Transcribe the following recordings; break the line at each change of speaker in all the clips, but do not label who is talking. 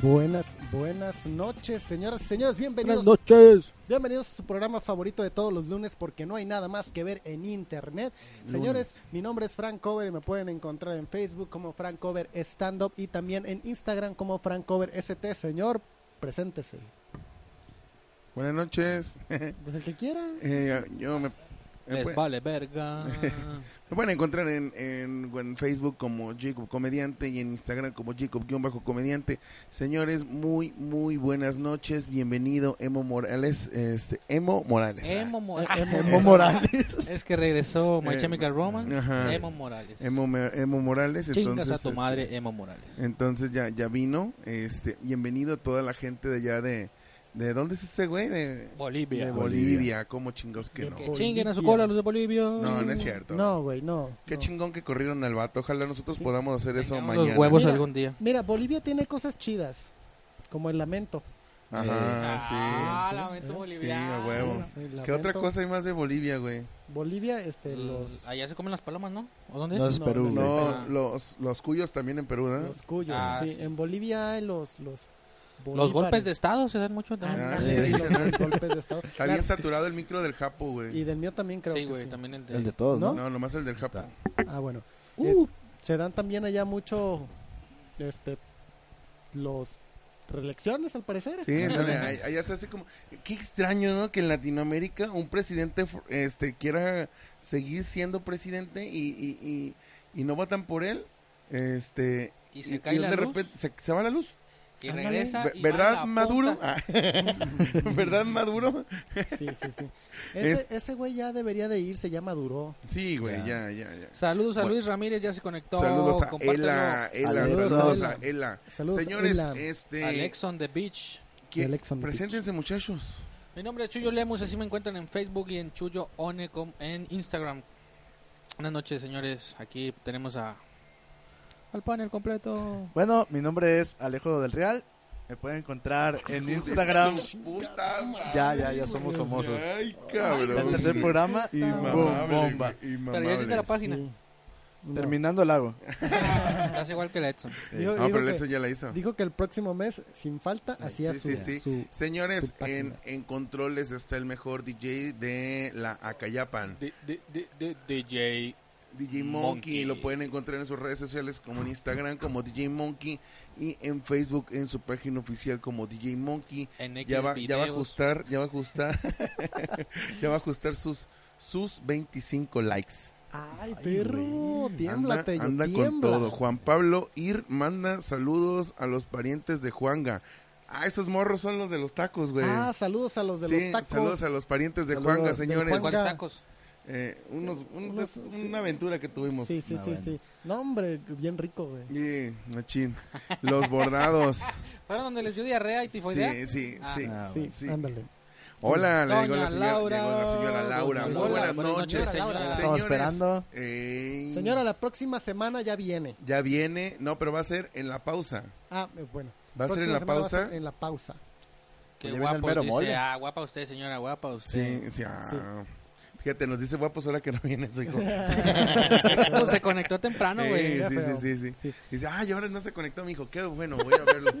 Buenas, buenas noches, señoras y señores, bienvenidos.
Buenas noches.
Bienvenidos a su programa favorito de todos los lunes porque no hay nada más que ver en internet. Señores, mi nombre es Frank Cover y me pueden encontrar en Facebook como Frank Cover Stand Up y también en Instagram como Frank Cover ST. Señor, preséntese.
Buenas noches.
Pues el que quiera.
Eh, yo me, me
Les
pueden-
vale verga.
me pueden encontrar en, en, en Facebook como Jacob Comediante y en Instagram como Jacob-Comediante. Señores, muy, muy buenas noches. Bienvenido, Emo Morales. Este, Emo Morales. Ah,
Emo, Mor-
Mo Morales.
Es que regresó My
Eh,
Chemical Romance.
ajá.
Emo Morales.
Emo, Me- Emo Morales.
Chingas
Entonces,
a tu
este,
madre, Emo Morales.
entonces ya, ya vino. Este, bienvenido a toda la gente de allá de... ¿De dónde es ese güey? De,
Bolivia.
de Bolivia. ¿Cómo chingados que
De
no?
Que
Bolivia.
chinguen a su cola los de Bolivia.
No, no es cierto.
No, güey, no.
Qué
no.
chingón que corrieron al vato. Ojalá nosotros podamos hacer eso
Tengamos
mañana.
Los huevos
Mira.
algún día.
Mira, Bolivia tiene cosas chidas, como el lamento.
Ah,
Ajá,
sí.
lamento
Sí,
Ah, sí. Sí, a
Mm,
huevo.
Sí, el
¿Qué otra
lamento.
cosa hay más de Bolivia, güey?
Bolivia, este,
Mm,
los,
Allá se comen las palomas, ¿no? ¿O dónde
No,
es?
es Perú,
Eh, no,
güey.
No,
Ah.
los, los cuyos también en Perú, ¿eh? ¿no?
los cuyos.
Ah,
sí.
sí.
En Bolivia hay los, los,
Los golpes
bolívares.
de estado se dan mucho también.
Ah,
Ah,
sí,
sí,
sí,
dicen,
los
¿no?
golpes de estado.
Está bien saturado el micro del Japo,
Y
güey.
del mío también creo
Sí,
que
güey,
sí.
también el de...
El de todos, ¿no?
No, nomás el del Japo.
Está.
Ah, bueno.
Uh.
Eh, se dan también allá mucho este los reelecciones al parecer.
Sí, ándale, ahí- allá se hace como... Qué extraño, ¿no? Que en Latinoamérica un presidente fu- este, quiera seguir siendo presidente y, y, y, y no votan por él. Este,
Y se cae la
de
luz.
repente se, se va la luz.
Y regresa
Ve-
y va a la
¿Verdad, Maduro?
puta.
Ah. ¿Verdad, Maduro?
Sí, sí, sí. Ese, ese güey ya debería de irse, ya maduró.
Sí, güey, ya, ya, ya.
Saludos a
Ah. Bueno.
Luis Ramírez, ya se conectó.
Saludos a
Compártelo.
Ela, Ela,
Alexa.
saludos a Ela.
Saludos a
Señores,
Ela.
este,
Alex on the beach.
¿qué-
Alex on the
preséntense muchachos.
Mi nombre es Chuyo Lemus, así me encuentran en Facebook y en Chuyo One com- en Instagram. Buenas noches, señores. Aquí tenemos a al panel completo.
Bueno, mi nombre es Alejo del Real. Me pueden encontrar en Instagram.
Puta madre.
Ya, ya, ya somos famosos.
Ay, cabrón.
El tercer programa y boom,
Inmamable,
bomba.
güey,
Pero ya hiciste la
inmamable.
página.
Sí. No.
Terminando el lago.
Estás igual que la Edson.
Dijo,
No,
dijo
pero el
que,
hecho ya la hizo.
dijo que el próximo mes, sin falta, hacía
sí,
su,
sí, sí.
su-
Señores,
su página.
en, en controles está el mejor DJ de la Acayapan.
DJ.
DJ
Monkey.
Monkey, lo pueden encontrar en sus redes sociales como en Instagram como DJ Monkey y en Facebook en su página oficial como DJ Monkey.
En X
ya va, ya va a
videos.
ajustar, ya va a ajustar, ya va a ajustar sus sus 25 likes.
Ay, perro,
Anda,
tiémblate, yo,
anda con
tiembla.
todo. Juan Pablo Ir manda saludos a los parientes de Juanga. Ah, esos morros son los de los tacos, güey.
Ah, saludos a los de
Sí,
los tacos.
saludos a los parientes de
Saludos
Juanga,
del
señores.
Juanga.
¿Cuáles tacos?
Eh, unos, un-
Unos-
es
sí.
una aventura que tuvimos.
Sí, sí,
Ah,
sí,
bueno.
sí. No, hombre, bien rico, güey.
Sí, machín. Los bordados.
¿Fueron donde les dio diarrea y tifoidea?
sí, sí,
Ah.
sí.
Ah,
Sí,
sí.
ándale.
Hola, le llegó
Doña
la señora
Laura.
Laura. Llegó la señora Laura.
Hola,
Muy buenas
buenas
noches.
noches, señora.
Señores,
Estamos esperando.
eh,
Señora, la próxima semana ya viene.
Ya viene. No, pero va a ser en la pausa.
Ah, eh, bueno.
¿Va a ser
Próxima
en la
semana va a
pausa?
ser En la pausa.
Qué
Ya viene el
guapo.
mero
Dice,
mole.
ah, guapa usted, señora, guapa usted.
Sí, sí. ah. Fíjate, nos dice guapos ahora que no viene su hijo.
Pues se conectó temprano, güey.
Eh, sí,
pero-
sí, sí, sí.
sí.
Dice, ah, y ahora no se conectó mi hijo. Qué bueno, voy a verlo.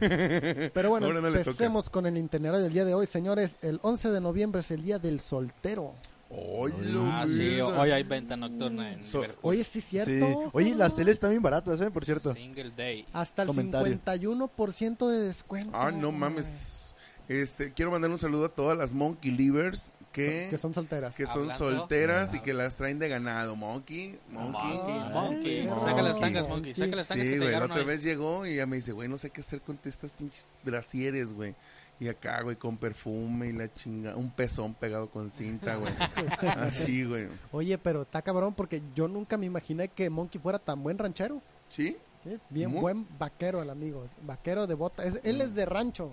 Pero bueno,
Ahora no le toca.
empecemos con el itinerario del día de hoy, señores. El 11 de noviembre es el día del soltero.
Hola,
Ah, sí,
mierda.
hoy hay venta nocturna en
So-
Liverpool.
Oye, sí, cierto.
Sí. Oye, las teles están bien baratas, ¿eh? Por cierto.
Single Day.
Hasta el
Comentario.
51% de descuento.
Ah, no
güey.
mames. Este, quiero mandar un saludo a todas las Monkey Livers que,
Que son solteras.
que son
Hablando.
solteras y que las traen de ganado. Monkey, Monkey.
Monkey,
Ah, Ay,
monkey.
monkey.
Saca las tangas, monkey. Saca las tangas
Sí,
que te
güey, la
llegaron
otra
hoy.
vez llegó y ella me dice, güey, no sé qué hacer con estas pinches brasieres, güey. Y acá, güey, con perfume y la chinga, un pezón pegado con cinta, güey.
Pues
Así, güey.
Oye, pero está cabrón porque yo nunca me imaginé que Monkey fuera tan buen ranchero.
¿Sí?
¿sí? Bien
Mu-
buen vaquero el amigo. es Vaquero de bota. Es- él es de rancho.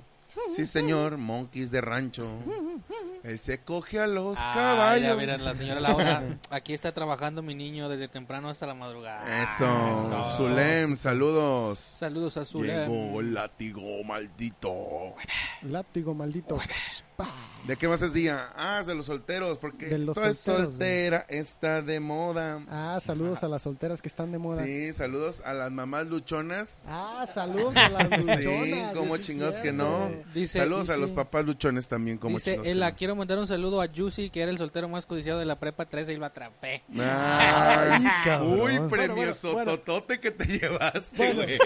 Sí, señor, monkeys de rancho. Él se coge a los
Ah, ya
caballos.
verás, la señora Laura, aquí está trabajando mi niño desde temprano hasta la madrugada. Es
Eso,
todo.
Zulem, saludos.
Saludos a Ah, Zulem.
Llegó el látigo maldito.
Látigo maldito.
¿De qué más es día? Ah, es de los solteros, porque
De los
toda es
solteros, güey.
soltera está de moda.
Ah, saludos a las solteras que están de moda.
Sí, saludos a las mamás luchonas.
Ah, saludos a las luchonas.
sí, como
es
chingados que
cierto.
no.
Dice-
saludos a los
sí.
papás luchones también, como
Dice,
chingados que
Ela,
no.
quiero mandar un saludo a Juicy, que era el soltero más codiciado de la prepa 13 y lo atrapé.
Ay,
cabrón.
uy,
Bueno,
premio
bueno,
sototote que te llevaste,
Bueno.
güey.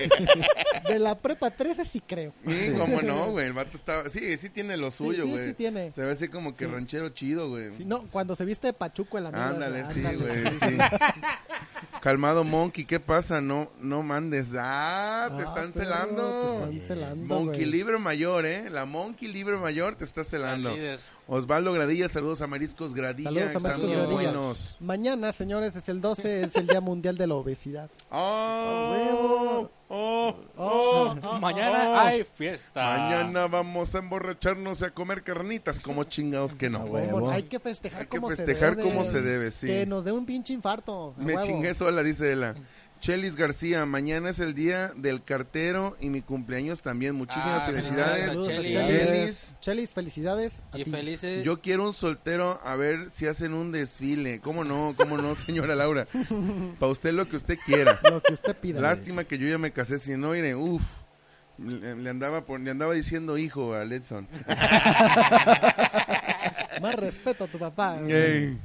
De la prepa 13 sí creo.
Sí, cómo no, güey. El vato estaba. Sí, sí tiene lo suyo,
sí,
güey.
sí tiene.
Se ve así como que ranchero chido, güey.
Sí, no, cuando se viste de pachuco el amigo.
Ándale, sí,
ándale.
güey, sí. Calmado, Monkey, ¿qué pasa? No, no mandes. Ah, te
Ah,
están
perro,
celando.
Te están celando.
Monkey
güey.
Libre Mayor, ¿eh? La Monkey Libre Mayor te está celando.
Al líder.
Osvaldo Gradilla, saludos a Mariscos Gradilla.
Saludos a
están
Marcos
bien
Gradillas.
buenos.
Mañana, señores, es el 12, es el Día Mundial de la Obesidad.
¡Oh! ¡Oh!
Mañana
oh.
hay fiesta.
Mañana vamos a emborracharnos y a comer carnitas. Como chingados que no, güey.
¿Cómo? Hay que festejar,
Hay que
como,
festejar
se debe.
como se debe, sí.
Que nos dé un pinche infarto. a
Me
huevo.
chingué sola, dice Ela. Chelis García, mañana es el día del cartero y mi cumpleaños también. Muchísimas
Ah,
felicidades,
Saludos a
Chelis.
Chelis. Chelis, felicidades. a
Y
ti.
felices.
Chelis. Yo quiero un soltero a ver si hacen un desfile. ¿Cómo no? ¿Cómo no, señora Laura? Para usted lo que usted quiera.
Lo que usted pida.
Lástima que yo ya me casé sin oire. Uf. Le, le andaba por- le andaba diciendo hijo a Letson.
Más respeto a tu papá.
Ey.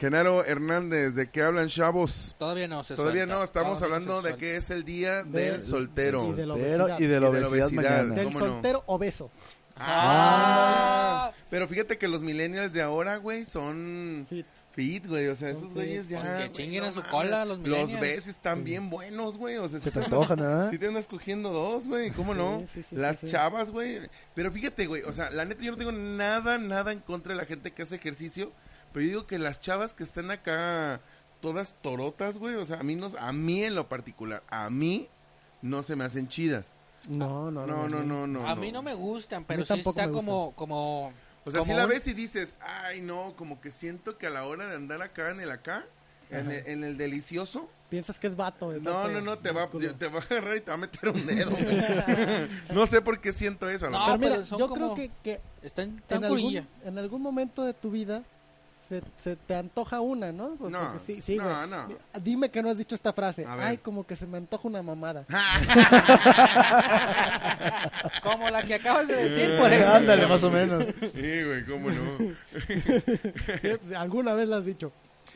Genaro Hernández, ¿de qué hablan chavos?
Todavía no se
Todavía
suelta.
no, estamos
Todavía no
hablando
se
de
suelta.
que es el día
De-
del soltero.
y de la
Soltero
obesidad.
y de la
Y de la
obesidad
obesidad.
mañana.
Del
¿Cómo no?
soltero obeso.
Ah. Pero fíjate que los millennials de ahora, güey, son
Fit.
fit, güey. O sea, esos
fit.
güeyes ya.
Pues que
güey,
chinguen
no
a su
mames.
cola, los millennials.
ves, están bien buenos, güey. O sea,
Se
si
te antojan, ¿ah?
te andas cogiendo dos, güey, ¿cómo no?
sí, sí,
Las
sí, sí.
chavas, güey. Pero fíjate, güey, o sea, la neta yo no tengo nada, nada en contra de la gente que hace ejercicio. Pero yo digo que las chavas que están acá, todas torotas, güey, o sea, a mí, no, a mí en lo particular, a mí no se me hacen chidas.
No,
Ah.
no,
No, no, no, no.
A mí no me gustan, pero sí
tampoco
está
me
como, como...
O sea, si
como
la
un-
ves y dices, ay, no, como que siento que a la hora de andar acá en el acá, en el, en el delicioso,
Piensas que es vato. de
no,
tanto
no, no, te va,
músculo.
te va a agarrar y te va a meter un dedo. güey. no sé por qué siento eso. a lo
No,
mejor.
Pero mira,
Ah, pero son
yo creo
como-
que, que
Están tan
en,
curilla.
algún, en algún momento de tu vida se, se te antoja una, ¿no? Porque
No,
sí, sí,
no,
güey.
no.
Dime que no has dicho esta frase.
A ver.
Ay, como que se me antoja una mamada.
Como la que acabas de decir, por ejemplo.
Ándale, más o menos.
Sí, güey, cómo no.
Sí, ¿Alguna vez la has dicho?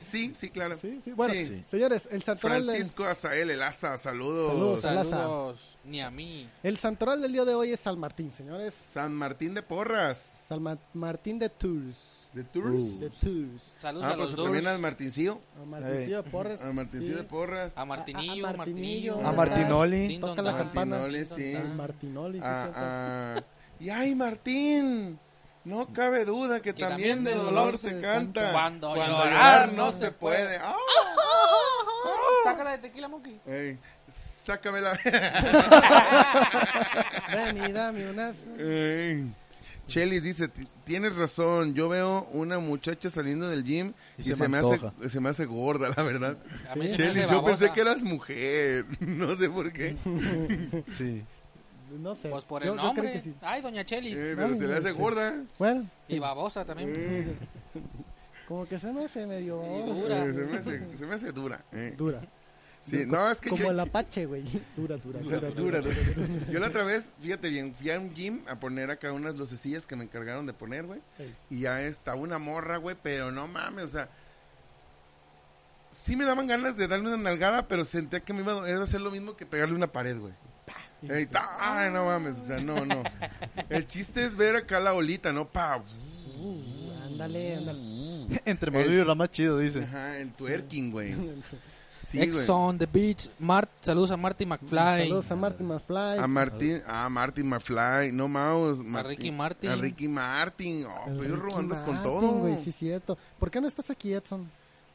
Sí, sí, claro.
Sí, sí. Bueno,
Sí.
señores, el santoral, del,
Francisco Azael Elaza, saludos.
Saludos.
Saludos, ni a mí.
el santoral del día de hoy es San Martín, señores.
San Martín de Porras,
San Ma- Martín de Tours.
de Tours.
De Tours.
Saludos
Ah,
a
pues
los
también al
dos.
Martincillo,
A Martincillo de Porres.
al Martincillo
sí.
de Porras,
A Martinillo,
A- a- a
Martinillo.
Martinillo.
A Martinoli.
Toca la
Don
campana.
Martinoles, sí.
El Martinoli, sí,
Ah,
cierto.
ah. Y ay, Martín, no cabe duda que,
Que
también,
también
de dolor se canta.
Cuando llorar
no
no
se
se
puede. ¡Ah!
¡Oh! Sácala de tequila, monkey.
Ey, sácame la. ah.
Ven y dame unas.
Ey. Chelis dice, "Ti- tienes razón, yo veo una muchacha saliendo del gym y,
Y
se,
se
me
me
hace,
antoja.
se me hace gorda, la verdad.
A mí se me hace
Chelis, yo
babosa.
pensé que eras mujer, no sé por qué.
Sí.
No sé.
Pues por
Yo-
el
yo creo
nombre.
que sí.
Ay, doña Chelis.
Eh, pero se le hace gorda.
Bueno,
Y babosa también.
Eh,
Como que se me hace medio...
Dura.
Eh, se, me hace, se me hace dura. eh.
Dura.
Sí, no, es que
Como
yo-
el apache, güey. Dura, dura,
Dura,
dura.
dura, dura. Yo la otra vez, fíjate bien, fui a un gym a poner acá unas lucecillas que me encargaron de poner, güey.
Ey.
Y ya está una morra, güey, pero no mames, o sea. Sí me daban ganas de darle una nalgada, pero sentía que me iba a era hacer lo mismo que pegarle una pared, güey. Ey, ta- ay, no mames, o sea, no, no. El chiste es ver acá la olita, ¿no? Pa.
Uh, ándale, ándale.
Entre más vivo, la más chido, dice.
Ajá, el twerking, güey. Sí,
Ex
güey.
on the beach. Mart, saludos a Marty McFly.
Saludos a Marty McFly.
A Martín, a Martin McFly, no mames. Martín-
Ricky Martin.
A Ricky Martin. Oh,
El
perro,
Ricky
andas con
Martin,
todo.
güey, sí, cierto. ¿Por qué no estás aquí, Edson?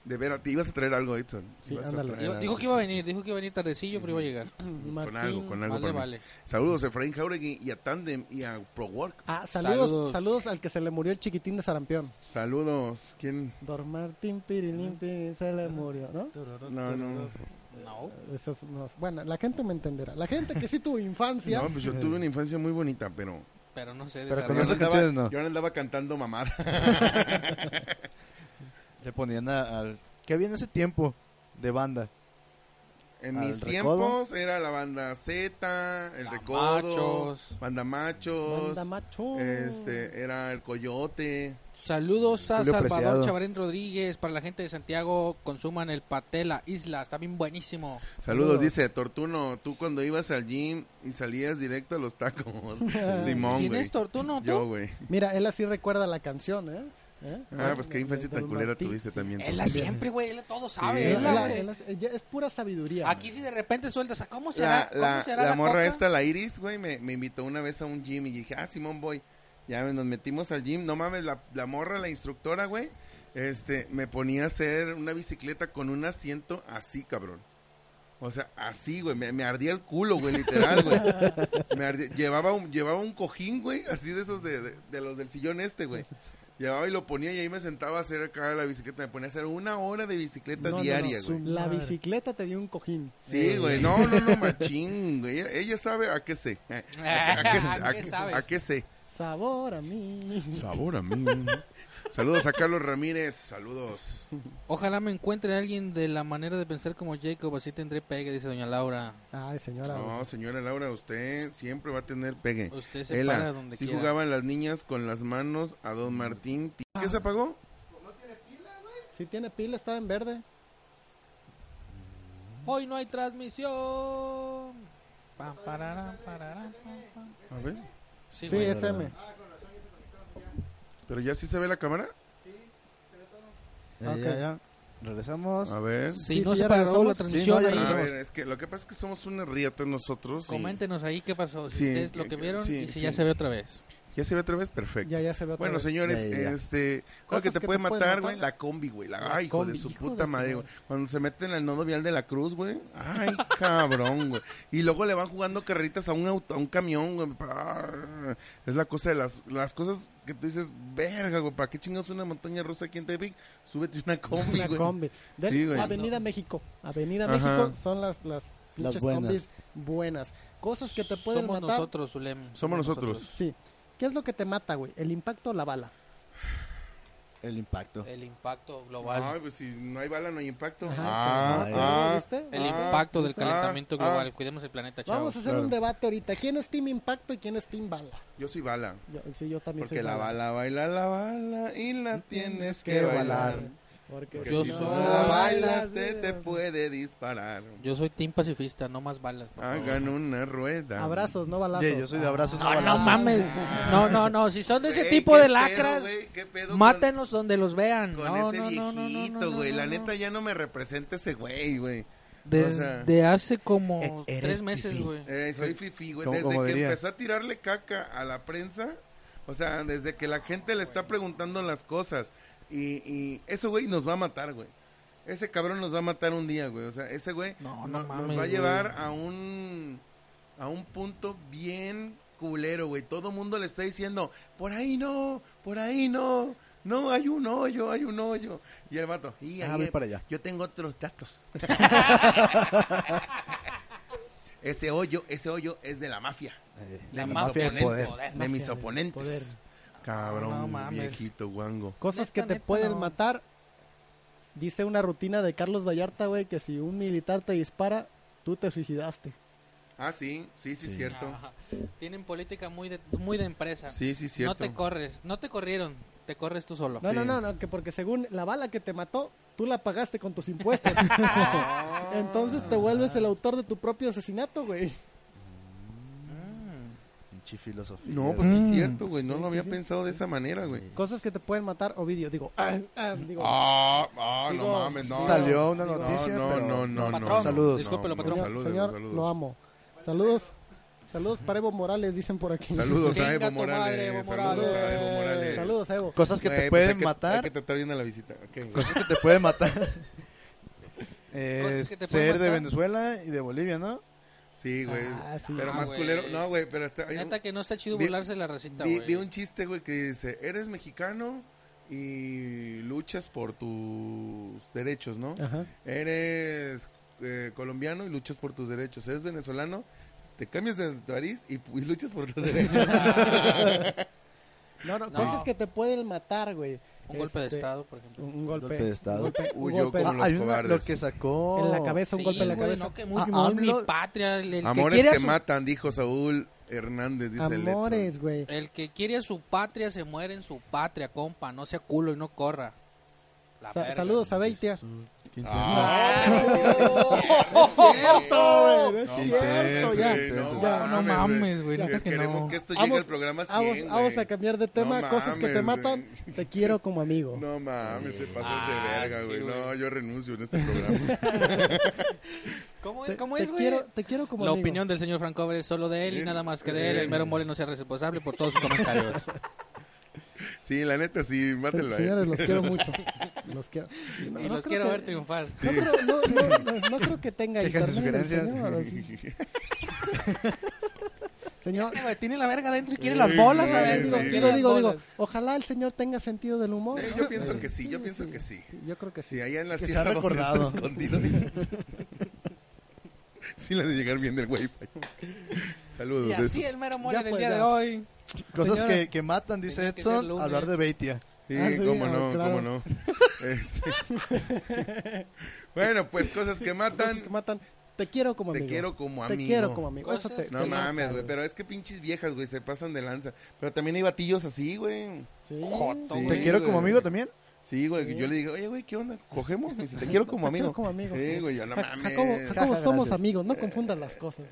De veras, te ibas a traer algo, Edson.
Sí,
Ibas a
ándale.
traer
Dijo,
algo,
dijo que
sí,
iba a
sí,
venir, dijo que iba a venir tardecillo, pero iba a llegar.
sí. Con algo, con algo.
Más le
para mí.
vale.
Saludos a Efraín Jauregui y a Tandem y a ProWork.
Ah, saludos,
Saludos.
saludos, al que se le murió el chiquitín de Sarampión.
Saludos. ¿Quién?
Don Martín Pirilín, Pirilín, se le murió, ¿no?
No, no.
No.
Eso es unos- bueno, la gente me entenderá. La gente que sí tuvo infancia.
No, pues yo tuve una infancia muy bonita, pero.
Pero no sé. de
Pero
esa
con
yo
raza.
esas canciones no.
Yo no andaba cantando mamada.
Le ponían a- al... ¿Qué había en ese tiempo de banda?
En
Al
mis
Recodo.
tiempos era la banda Z, el
Banda
Recodo,
Machos.
Banda Machos.
Banda macho.
Este, era el Coyote.
Saludos a
Julio
Salvador
Preciado.
Chavarén Rodríguez. Para la gente de Santiago, consuman el paté, la isla. Está bien buenísimo.
Saludos,
Saludos.
dice Tortuno. Tú cuando ibas al gym y salías directo a los tacos. Simón,
¿Quién
güey.
es Tortuno? tú?
Yo, güey.
Mira, él así recuerda la canción, ¿eh? ¿Eh?
Ah, pues qué
De-
infancia
de
tan
Don
culera
Martín,
tuviste
sí.
también.
Él la siempre, güey. Él todo sabe.
Sí.
él la-
Él-
güey.
él- él- ya es pura sabiduría.
Aquí si de repente sueltas, ¿a ¿cómo será?
La, la,
¿Cómo será
la morra
coca?
esta, la Iris, güey, me, me invitó una vez a un gym y dije, ah, Simón, voy. Ya nos metimos al gym. No mames, la, la morra, la instructora, güey, este, me ponía a hacer una bicicleta con un asiento así, cabrón. O sea, así, güey, me, me ardía el culo, güey, literal, güey. Me ardía- llevaba, un, llevaba un cojín, güey, así de esos de, de- de los del sillón este, güey. Llevaba y lo ponía y ahí me sentaba a hacer acá la bicicleta. Me ponía a hacer una hora de bicicleta
No, no, no,
diaria,
su
güey.
La
madre.
bicicleta te dio un cojín.
Sí, güey, no, no, no, machín, güey. Ella, ella sabe a qué sé. A, a qué, sé,
¿A qué sabes?
a- a qué sé.
Sabor a mí.
Sabor a mí. Saludos a Carlos Ramírez, saludos.
Ojalá me encuentre alguien de la manera de pensar como Jacob, así tendré pegue, dice doña Laura.
Ay, señora. pues,
No, señora Laura, usted siempre va a tener pegue.
Usted se
Ela,
para donde
sí
quiera.
jugaban las niñas con las manos a Don Martín. ¿Qué se apagó?
Si tiene pila, está en verde.
Hoy no hay transmisión. Pam, pararán, pararán, pam, pam.
A ver.
Sí,
Sí,
güey.
SM.
¿Pero ya sí se ve la cámara?
Ya,
Ah, Ok.
ya, ya. Regresamos.
A ver.
Si
Sí,
no
sí,
se
ya
paró la
regresamos.
transmisión,
Sí, no, ya
ahí,
A
regresamos.
ver, es que lo que pasa es que somos una riata nosotros. y-
coméntenos ahí qué pasó, si
Sí,
ustedes lo
que-
que vieron
sí,
y si
sí.
ya se ve otra vez.
¿Ya se ve otra vez? Perfecto.
Ya, ya se ve otra
Bueno,
vez.
señores,
Ya, ya, ya.
este, lo
Cosas
que te
que
puede
te pueden
matar,
matar.
güey, la combi, güey, la,
La
ay, hijo de
combi,
su
hijo
puta
de su
madre, güey.
madre.
Cuando se meten al nodo vial de la cruz, güey, ay, cabrón, güey. Y luego le van jugando carreritas a un auto, a un camión, güey. pa- Es la cosa de las, las cosas que tú dices, verga, güey, ¿para qué chingados una montaña rusa aquí en Tepic? Súbete una combi,
Una
güey.
combi. De
Sí, güey.
Avenida México. Avenida
Ajá.
México son las, las pinches
buenas.
combis buenas. Cosas que te pueden
Somos
matar.
nosotros, Zulem.
Somos nosotros.
Sí. ¿Qué es lo que te mata, güey? ¿El impacto o la bala?
El impacto.
Eh,
El impacto global.
Ay, pues si no hay bala, no hay impacto.
Ajá,
ah,
cabrón.
ah,
¿Viste?
el
ah,
impacto del
ah,
calentamiento
ah.
global. Cuidemos el planeta, chavos.
Vamos a hacer
claro.
un debate ahorita. ¿Quién es Team Impacto y quién es Team Bala?
Yo soy bala.
Yo, sí, yo también
Porque
soy
la bala baila la bala y la tienes que bailar.
Porque
Porque
Yo
si
soy-
no la bailas,
bailas, eh,
te, te
mira.
puede disparar.
Yo soy team pacifista, no más balas. por favor.
Hagan una rueda.
Abrazos, no balazos.
Yeah, yo soy de abrazos, no
No, no
balazos.
mames. No, no, no. Si son de ese
Ah, Güey,
tipo
¿qué
de
pedo,
lacras,
güey? ¿Qué pedo con-
mátenlos donde los vean.
Con
no,
ese
no, no,
viejito,
no,
güey.
no, no,
la
no.
neta ya no me representa ese güey, güey.
Desde hace como
E- eres
tres meses,
fifí.
güey.
Eh, soy fifi, güey.
¿Cómo-
Desde
cómo
que
diría?
empezó a tirarle caca a la prensa, o sea, desde que la gente le está preguntando las cosas. Y, y eso, güey, nos va a matar, güey. Ese cabrón nos va a matar un día, güey. O sea, ese güey
No,
no-
no mames,
nos va a
güey.
llevar a un a un punto bien culero, güey. Todo mundo le está diciendo, por ahí no, por ahí no. No, hay un hoyo, hay un hoyo. Y el vato, y
Ah,
ahí,
voy
eh,
para allá.
Yo tengo otros datos. Ese hoyo, ese hoyo es de la mafia,
Eh,
de mis
mafia del
oponentes,
poder.
de mis
Mafia del
oponentes.
poder.
Cabrón,
No mames.
viejito guango.
Ah. Cosas
Neta,
que te
neta,
pueden
no.
matar. Dice una rutina de Carlos Vallarta, güey, que si un militar te dispara, tú te suicidaste.
Ah, sí, sí, sí,
Sí.
cierto.
Ajá. Tienen política muy de, muy de empresa.
Sí, sí,
no
cierto.
te corres, no te corrieron, te corres tú solo.
No,
Sí.
no, no, no, que porque según la bala que te mató, tú la pagaste con tus impuestos. Entonces te vuelves el autor de tu propio asesinato, güey.
Pinche filosofía.
No,
güey.
pues sí,
Mm.
cierto, güey. No
Sí,
lo
sí,
había
sí.
pensado de esa manera, güey.
Cosas que te pueden matar, Ovidio. Digo, ah, ah, digo.
Ah, ah, no
Digo,
mames, no.
salió una
No,
noticia,
No,
pero-
no, no, no.
Patrón,
Saludos.
discúlpelo,
No,
patrón.
señor,
pues saludos,
señor,
saludos.
lo amo. Saludos. Saludos para Evo Morales, dicen por aquí.
Saludos a
Venga
Evo
tu madre,
Morales.
Evo
Saludos a Evo
Morales.
Morales.
Saludos a Evo.
Cosas que
Güey, pues,
te pueden
hay que- Hay
matar.
que tratar bien a la visita. ok, güey.
Cosas que te pueden matar. Eh,
Cosas que te pueden
ser de
matar.
Venezuela y de Bolivia, ¿no?
Sí, güey.
Ah, sí.
Pero
Ah,
más
güey.
culero. No, güey, pero está. hay un-
Neta que no está chido
vi-
burlarse de la recita,
Vi,
güey.
vi un chiste, güey, que dice, eres mexicano y luchas por tus derechos, ¿no?
Ajá.
Eres eh, colombiano y luchas por tus derechos. Eres venezolano, te cambias de nariz y, y luchas por tus derechos.
No, no,
No.
cosas que te pueden matar, güey.
Un golpe de
Este,
estado, por ejemplo.
Un, un golpe,
golpe de estado.
un golpe- un
Huyó
golpe
como
Ah,
los
hay una- lo
cobardes.
que sacó.
en la cabeza, un
Sí,
golpe en la
güey,
cabeza.
no, que muy,
Ah,
muy
AMLO-
mi patria. El, el que
Amores
quiere
que,
a su,
matan, dijo Saúl Hernández, dice el
Amores, güey.
el que quiere a su patria se muere en su patria, compa. No sea culo y no corra. La
Sa-
verga.
saludos a Beitia.
Qué
Ah.
Ah. ¡Cierto, güey! ¡Es
No
cierto!
mames,
ya.
güey,
Ya,
no
mames. no güey, neta
Les
que no.
Queremos que esto llegue
Vamos-
al programa 100,
Vamos,
güey.
vamos a cambiar de tema.
No
cosas que te
mames,
matan. Te quiero como amigo.
No mames, te pasas
Ah,
de verga,
sí,
güey.
güey.
no, yo renuncio en este programa.
¿Cómo,
Te,
es- cómo
te
es, güey?
quiero, te quiero como
La
amigo.
opinión del señor Francover es solo de él y
Él,
nada más que de él. El
él.
mero mole no sea responsable por todos sus comentarios.
sí, la neta, sí,
Se-
mátelo. eh.
señores, los quiero mucho. Los quiero. No,
y
no creo
los quiero
que-
ver triunfar.
No creo, no, no, no, no creo que tenga
Quejas y
internet el
sugerencias.
señor, así. Señor,
Tiene la verga adentro y quiere
las bolas
o sea,
Sí,
digo,
sí,
digo,
sí.
digo, digo, ojalá el señor tenga sentido del humor.
Eh,
¿no?
yo pienso que sí, yo pienso que sí.
Yo creo que sí.
Sí, allá en la
Que se
sierra
ha
donde está
recordado.
escondido. sí, la de llegar bien del güey. Saludos.
Y
besos.
así el mero mole
Ya,
del
pues,
día
ya.
de hoy.
Cosas
Señora.
que, que matan, dice
Tenía que ser
Edson,
lunes.
hablar de Beitia.
Sí,
Ah, sí,
cómo
ah,
no,
claro.
cómo no. Este- bueno, pues cosas que matan.
Cosas que matan. Te quiero como
Te
amigo.
quiero como
Te
amigo.
quiero como amigo. Eso
Cosas
te,
No
te mata,
mames, güey. Pero es que pinches viejas, güey, se pasan de lanza. Pero también hay batillos así, güey.
Sí.
Joto,
Sí.
¿Te quiero como
güey.
amigo también?
Sí, güey. que Yo le digo, oye, güey, ¿qué onda? ¿Cogemos? Me dice, te quiero como
Te quiero
amigo.
como amigo.
Sí, güey, yo no
Ja-
mames.
Jacobo, Jacobo,
Gracias.
somos amigos, no confundas las cosas.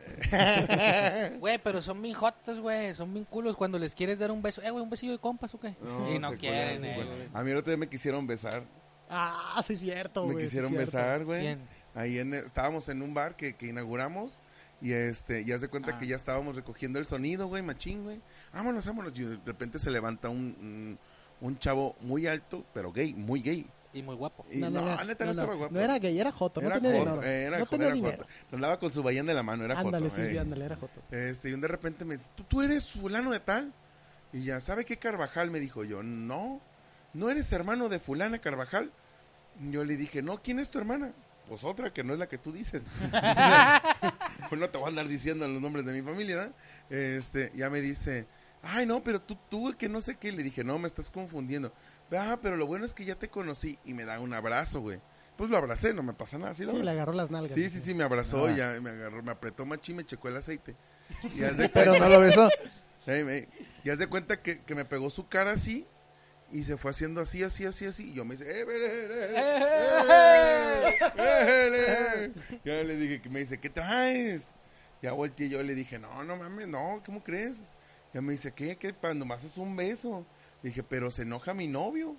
Güey, pero son bien jotas, güey. Son bien culos cuando les quieres dar un beso. Eh, güey, un besillo de compas, ¿o qué? y no
se
quieren,
cuelgan, se
eh,
cuelgan.
güey.
A mí el otro día me quisieron besar.
Ah, sí, es cierto,
Me
güey, sí es
quisieron
cierto.
besar, güey.
Bien.
Ahí en, e, estábamos en un bar que, que inauguramos y este, ya se cuenta
Ah.
que ya estábamos recogiendo el sonido, güey, machín, güey. Vámonos, vámonos. Y de repente se levanta un, un, un chavo muy alto, pero gay, muy gay.
Y muy guapo.
Y no, neta, no, estaba guapo.
No era gay, era joto, no
Era
tenía
joto,
dinero.
era
no
joto,
tenía
era
dinero.
joto. Andaba con su bayán de la mano, era
ándale,
joto.
sí, sí,
eh.
ándale, era joto.
Este, y un de repente me dice, ¿Tú, tú eres fulano de tal. Y ya, ¿sabe qué Carvajal? Me dijo yo, no, no eres hermano de fulana Carvajal. Yo le dije, no, ¿quién es tu hermana? Pues otra que no es la que tú dices. pues no te voy a andar diciendo los nombres de mi familia, ¿verdad? Este, ya me dice, ay, no, pero tú, tú, que no sé qué. Le dije, no, me estás confundiendo. Ah, pero lo bueno es que ya te conocí. Y me da un abrazo, güey. Pues lo abracé, no me pasa nada. Sí,
Sí,
lo
le
abracé.
agarró las nalgas.
Sí, sí, sí, me abrazó,
Ah.
y ya me agarró, me apretó machín, me checó el aceite. Y haz de
Pero
cuenta,
no lo besó.
Ey, ey, y haz de cuenta que, que me pegó su cara así y se fue haciendo así, así, así, así. Y yo me dice, "Eh, eh, eh, eh, eh, eh, eh, eh". Ya le dije, que me dice, ¿qué traes? Ya volteé yo le dije, no, no mames, no, ¿cómo crees? Ya me dice, ¿qué? ¿Qué? Pa- Nomás es un beso. Le dije, pero se enoja mi novio.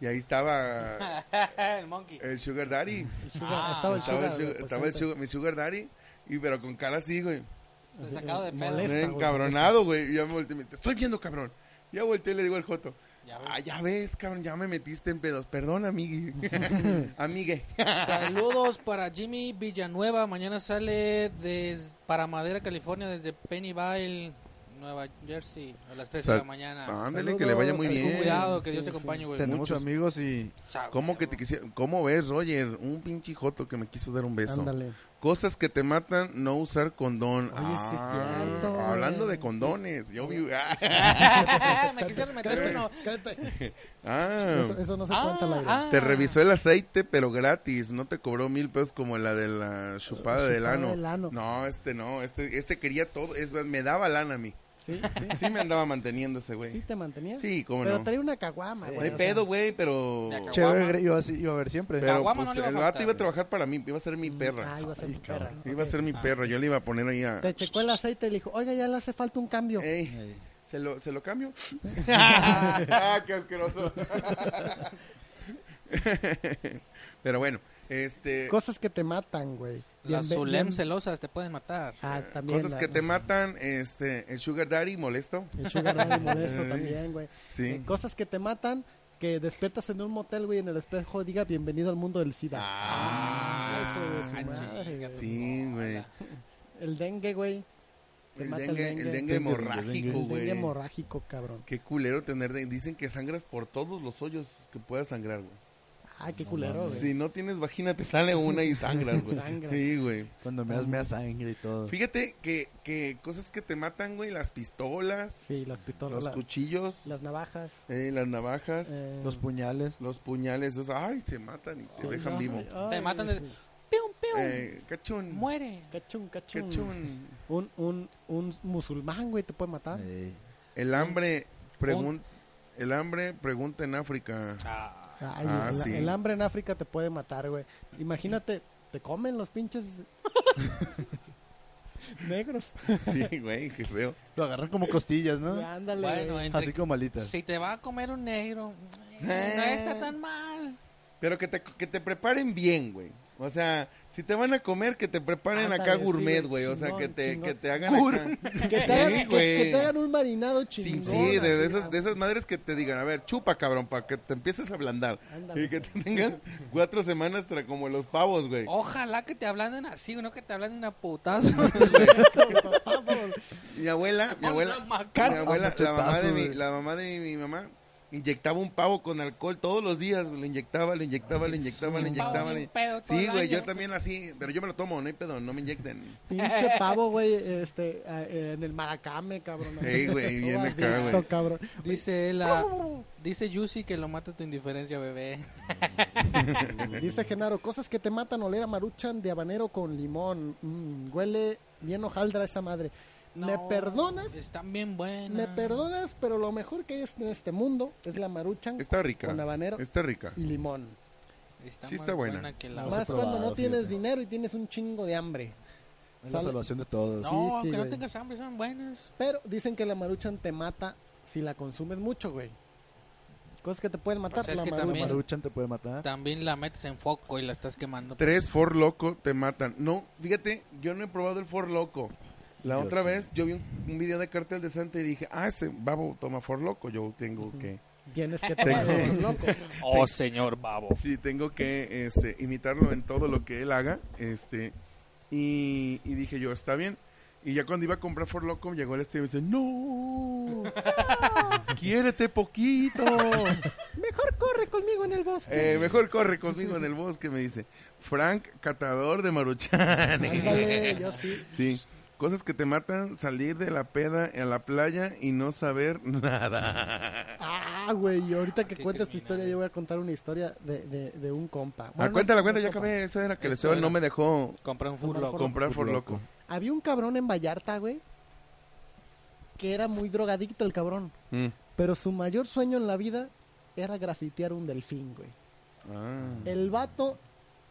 Y ahí estaba
el monkey.
el Sugar Daddy.
El sugar-
Ah,
estaba el
Estaba,
sugar.
el sugar-
güey,
estaba el
presente.
sugar- mi sugar daddy, y pero con cara así, güey.
Te sacado de pedo.
Molesta,
Eh,
güey,
encabronado, güey. Y Ya me volteé, y me dice, estoy viendo, cabrón. Ya volteé y le digo al Joto.
Ya ves.
ah, ya ves, cabrón, ya me metiste en pedos. Perdón, amigue. amigue.
Saludos para Jimmy Villanueva. Mañana sale des- para Madera, California, desde Pennyville, Nueva Jersey, a las 3 de
Sal-
la mañana.
Ándale, que
Saludos,
le vaya muy
Ten
saludos.
bien.
cuidado, que
Sí,
Dios te
sí.
acompañe, güey.
Tenemos
muchos.
amigos y
Muchas-
¿Cómo que te quisi- ¿Cómo ves, Roger? Un pinche Joto que me quiso dar un beso.
Ándale.
Cosas que te matan, no usar condón.
Oye, sí es
Ah,
cierto, güey.
Hablando de condones, yo vi... Ah,
Me quisieron meter
Cállate,
uno.
cállate.
ah.
Eso, eso no se cuenta al aire.
Ah,
Te
ah.
revisó el aceite, pero gratis. No te cobró mil pesos como la de la chupada del
chupada
ano.
del ano.
No, este no. Este, este quería todo. Es, más, me daba lana a mí.
Sí, sí,
Sí me andaba manteniendo ese güey.
sí te mantenía.
Sí, cómo
Pero
no.
traía una caguama,
No
güey.
hay
o sea,
pedo, güey, pero...
De acá.
Chévere, yo así iba a ver siempre.
Pero
Caguama
pues,
no le iba a
el
faltar,
vato iba a
güey.
trabajar para mí. Iba a ser mi perra.
Ah, iba a ser mi perra.
Iba a
ok.
ser
Ah.
mi perra. Yo le iba a poner ahí a...
Te checó el aceite y le dijo, oiga, ya le hace falta un cambio.
Ey, ¿se, lo, ¿Se lo cambio? ¡Ah, qué asqueroso! Pero bueno, este...
Cosas que te matan, güey. Bien-
Las
bien-
Zulem
bien-
celosas te pueden matar.
Eh,
Ah, también.
Cosas
la-
que te matan, este, el sugar daddy molesto.
El sugar daddy modesto también, güey.
Sí.
Eh, cosas que te matan, que despiertas en un motel, güey, en el espejo diga, bienvenido al mundo del SIDA.
Pues,
Ah,
Eso de su madre, güey.
Sí, güey.
El dengue, güey. Te
El
mata
dengue, el dengue
El
hemorrágico,
dengue
güey.
hemorrágico, cabrón.
Qué culero tener. de- Dicen que sangras por todos los hoyos que puedas sangrar, güey.
Ah, qué culero, güey.
Si no tienes vagina, te sale una y sangras, güey.
Sangra.
Sí, güey.
Cuando me das, me das sangre y todo.
Fíjate que, que cosas que te matan, güey, las pistolas,
Sí, las pistolas.
los
la-
cuchillos,
las navajas.
eh, las navajas,
eh,
Los puñales.
los puñales, esos, ay, te matan y te
sí,
dejan
no,
vivo.
ay, ay,
Te matan
sí.
de- ¡Pium, pium!
Eh, cachón,
¡Muere!
Cachún, cachún.
cachón.
Un, un, un musulmán, güey, te puede matar.
Ey.
El hambre, pregun- el hambre pregunta en África.
Ay,
Ah,
el,
sí.
el hambre en África te puede matar, güey. Imagínate, te comen los pinches negros.
Sí, güey, qué feo.
Lo agarran como costillas,
Ah.
¿no?
Ándale.
Bueno,
güey.
entre-
Así como alitas.
si te va a comer un negro, eh, no
Eh.
está tan mal.
Pero que te, que te preparen bien, güey. O sea, si te van a comer, que te preparen acá
Ándale, sí,
gourmet,
güey,
güey. O sea,
chingón,
que te,
chingón.
que te hagan acá.
eh.
que, te hagan,
Sí,
que-
güey.
que te hagan un marinado
Sí,
chingón. así,
sí, de,
ah,
de esas, de esas madres que te digan, a ver, chupa, cabrón, para que te empieces a ablandar.
Ándale.
Y que te tengan cuatro semanas tra- como los pavos, güey.
Ojalá que te ablanden así, no que te ablanden a putazo.
ah, por-
Mi abuela, mi
Con
abuela,
la
mi
macarra.
abuela, la mamá
Machetazo,
de mi,
güey.
la mamá de mi, mi mamá inyectaba un pavo con alcohol todos los días, güey, lo inyectaba, lo inyectaba, lo inyectaba, lo
Un pavo
inyectaba.
bien
le-
pedo todo
Sí,
el
güey,
año.
yo también así, pero yo me lo tomo, no hay pedo, no me inyecten.
Pinche pavo, güey, este, ah, eh, en el maracame, cabrón.
Ey, güey, bien
Todo
acá,
adicto,
güey.
cabrón.
dice la, dice Yusi que lo mata tu indiferencia, bebé.
Dice Genaro, cosas que te matan oler a maruchan de habanero con limón. Mm, huele bien hojaldra esa madre. ¿Me
No,
perdonas?
Están bien buenas.
Me perdonas, pero lo mejor que hay en este mundo es la maruchan
Está rica.
Con habanero.
Está rica.
y limón.
Está
Sí
más
está buena.
que la
No
otra.
Más
he probado,
cuando no tienes
fíjate.
dinero y tienes un chingo de hambre.
Es la
Sal-
salvación de todos.
No,
sí,
aunque no
güey.
tengas hambre, son buenas.
Pero dicen que la maruchan te mata si la consumes mucho, güey. Cosas que te pueden matar.
Pues es
la
que
La
maruchan.
también-
maruchan te puede matar.
También la metes en foco y la estás quemando.
Tres for loco te matan. No, fíjate, yo no he probado el for loco. La
Yo
otra
sí.
vez yo vi un, un video de cartel de Santa y dije, ah, ese babo toma for loco, yo tengo que...
Tienes que tomarlo, loco.
Oh, señor babo.
Sí, tengo que este, imitarlo en todo lo que él haga. Este, y, y dije yo, está bien. Y ya cuando iba a comprar for loco, llegó el este y me dice, no, quiérete poquito.
Mejor corre conmigo en el bosque.
Eh, mejor corre conmigo en el bosque, me dice. Frank, catador de maruchanes.
Ándale, yo sí.
Sí. Cosas que te matan, salir de la peda a la playa y no saber nada.
Ah, güey, y ahorita que
Qué
cuentes tu
criminal.
historia, yo voy a contar una historia de, de, de un compa.
Ah,
Bueno, no
cuéntala,
es-
cuéntala, ya
no es compa.
acabé. Eso era que el
Eso
Esteban
era.
no me dejó
Compré un furlo.
Furloco.
comprar for loco.
Había un cabrón en Vallarta, güey, que era muy drogadicto el cabrón.
Mm.
Pero su mayor sueño en la vida era grafitear un delfín, güey.
Ah.
El vato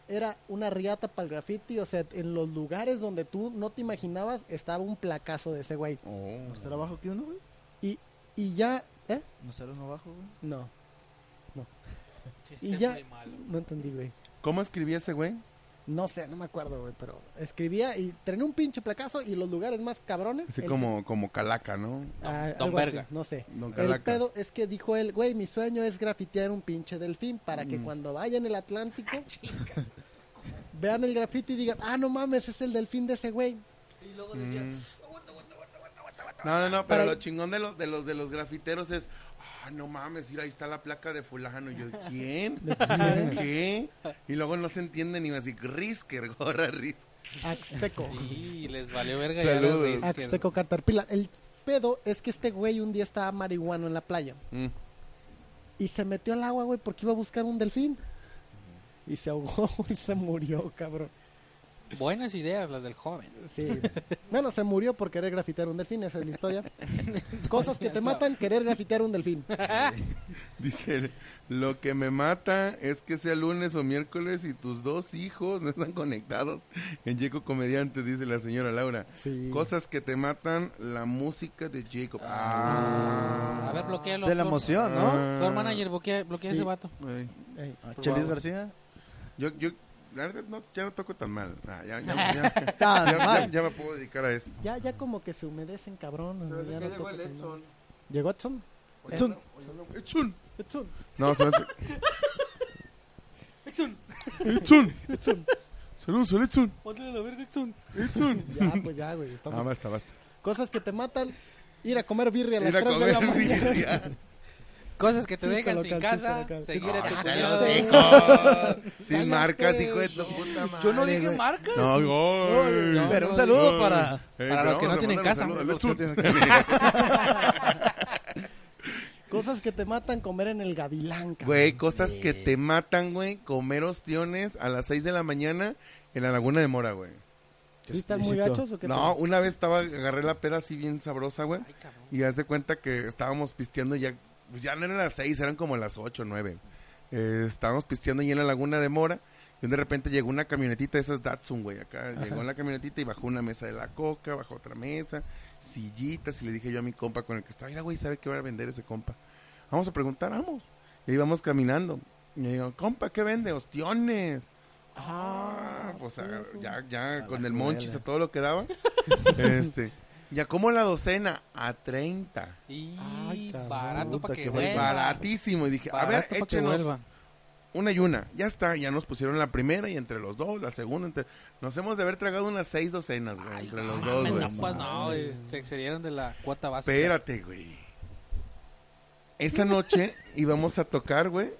era una riata para el graffiti, o sea, en los lugares donde tú no te imaginabas estaba un placazo de ese güey.
Oh.
¿No estará abajo que uno, güey?
Y, y ya, ¿eh?
¿No estará uno abajo, güey?
No,
Chiste
Y ya-
muy malo.
no entendí, güey.
¿Cómo escribí ese güey?
No sé, no me acuerdo, güey, pero escribía y tenía un pinche placazo y los lugares más cabrones.
Así
él
como, como calaca, ¿no?
Ah,
Don
algo así,
Verga.
no sé.
Don
El
Calaca.
pedo es que dijo él, güey, mi sueño es grafitear un pinche delfín para que
Mm.
cuando vaya en el Atlántico
Ah,
vean el grafiti y digan, ah, no mames, es el delfín de ese güey.
Y luego decía,
No, no, no, pero
Para-
lo chingón de los, de los, de los grafiteros es, ah, no mames, mira, ahí está la placa de fulano. Y yo, ¿quién? ¿Qué? Y luego no se entiende ni así, Risker, gorra Risker.
Azteco.
Y les valió verga.
Saludos.
Ah,
Ya los Risker.
Azteco Caterpillar. El pedo es que este güey un día estaba marihuano en la playa.
Mm.
Y se metió al agua, güey, porque iba a buscar un delfín. Y se ahogó y se murió, cabrón.
Buenas ideas las del joven.
Sí. Bueno, se murió por querer grafitear un delfín, esa es la historia. Cosas que te matan, querer grafitear un delfín.
Dice, lo que me mata es que sea lunes o miércoles y tus dos hijos no están conectados en Jacob Comediante, dice la señora Laura.
Sí.
Cosas que te matan, la música de Jacob.
A ver, bloquealo.
De la emoción,
Ah,
¿no? Ah,
Floor manager, bloquea, bloquea
Sí.
ese vato.
Ay,
Ey,
Chelis García.
Yo, yo, la verdad, no, ya no toco tan mal. Ah, ya, ya, ya, ya-
Tan
ya-
mal.
ya me puedo dedicar a esto.
Ya, ya como que se humedecen, cabrón.
Se me hace
ya
que
no
llegó
toca
el
tan
Edson.
mal. ¿Llegó Edson?
Oye,
Edson.
no, oye, no, Edson.
Edson.
No, se me hace...
Exxon,
Edson. Saludos al Edson.
ponle la verga, Exxon.
Edson.
Ya, pues ya, güey.
Ah,
estamos-
basta, basta.
Cosas que te matan, ir a comer birria a las
Ir a
3 de la
comer
mañana.
birria.
Cosas que te
Chiste
dejan sin
local,
casa,
chiste local.
seguir a tu
Ah, te
cuñado.
lo dijo.
Cállate.
Sin marcas, hijo de tu puta madre.
Yo no dije marca.
No, Eh, ay.
No,
Pero
no,
un saludo
Ay.
para.
Ey,
Para
pero
los que
vamos
no
a
tienen
mandarle
casa.
saludo al
los que
Edson.
tienen que-
Cosas que te matan, comer en el gavilán, cabrón.
Güey, cosas que te matan, güey. Comer ostiones a las 6 de la mañana en la Laguna de Mora, güey.
¿Sí están muy
Explícito.
gachos o qué?
No, una vez estaba, agarré la peda así bien sabrosa, güey.
Ay, cabrón.
Y haz de cuenta que estábamos pisteando ya, pues ya no eran las seis, eran como las ocho, nueve. Eh, estábamos pisteando ahí en la laguna de Mora. Y de repente llegó una camionetita, esa es Datsun, güey, acá. Llegó en la camionetita y bajó una mesa de la coca, bajó otra mesa, sillitas. Y le dije yo a mi compa con el que estaba, mira, güey, ¿sabe qué va a vender ese compa? Vamos a preguntar, vamos. Y íbamos caminando. Y le digo, compa, ¿qué vende? Ostiones. Ah, pues ah, ya, ya con el monchis a todo lo que daba. este, ya como la docena a 30.
Y
Ay, cabrón.
barato para
Puta,
que
que
vuelva.
Baratísimo. Y dije, a ver,
Barato pa' que
échenos
vuelva.
una y una. Ya está, ya nos pusieron la primera y entre los dos, la segunda. entre- Nos hemos de haber tragado unas seis docenas, güey, entre los dos,
Mames,
güey.
no, pues, no, es- se excedieron de la cuota básica.
Espérate, güey. Esa noche íbamos a tocar, güey.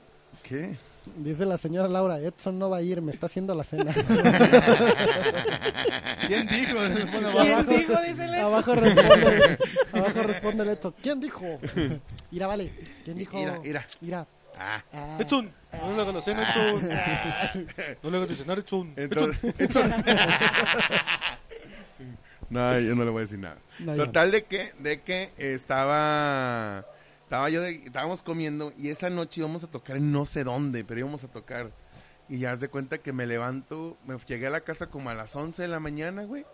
¿Qué?
Dice la señora Laura, Edson no va a ir, me está haciendo la cena.
¿Quién dijo? Bueno,
¿Quién
abajo.
dijo? Dísele.
Abajo responde, abajo responde el Edson. ¿Quién dijo? Ira, vale. ¿Quién dijo?
Ira, Ira.
Ira.
Ah.
Ah,
Edson, no le hagas la cena, Edson. No le hagas tu cenar, Edson.
Entonces, Edson. no, yo no le voy a decir nada.
No, ya.
Total de que, de que estaba, estaba yo, de- estábamos comiendo y esa noche íbamos a tocar en no sé dónde, pero íbamos a tocar. Y ya haz de cuenta que me levanto, me llegué a la casa como a las 11 de la mañana, güey.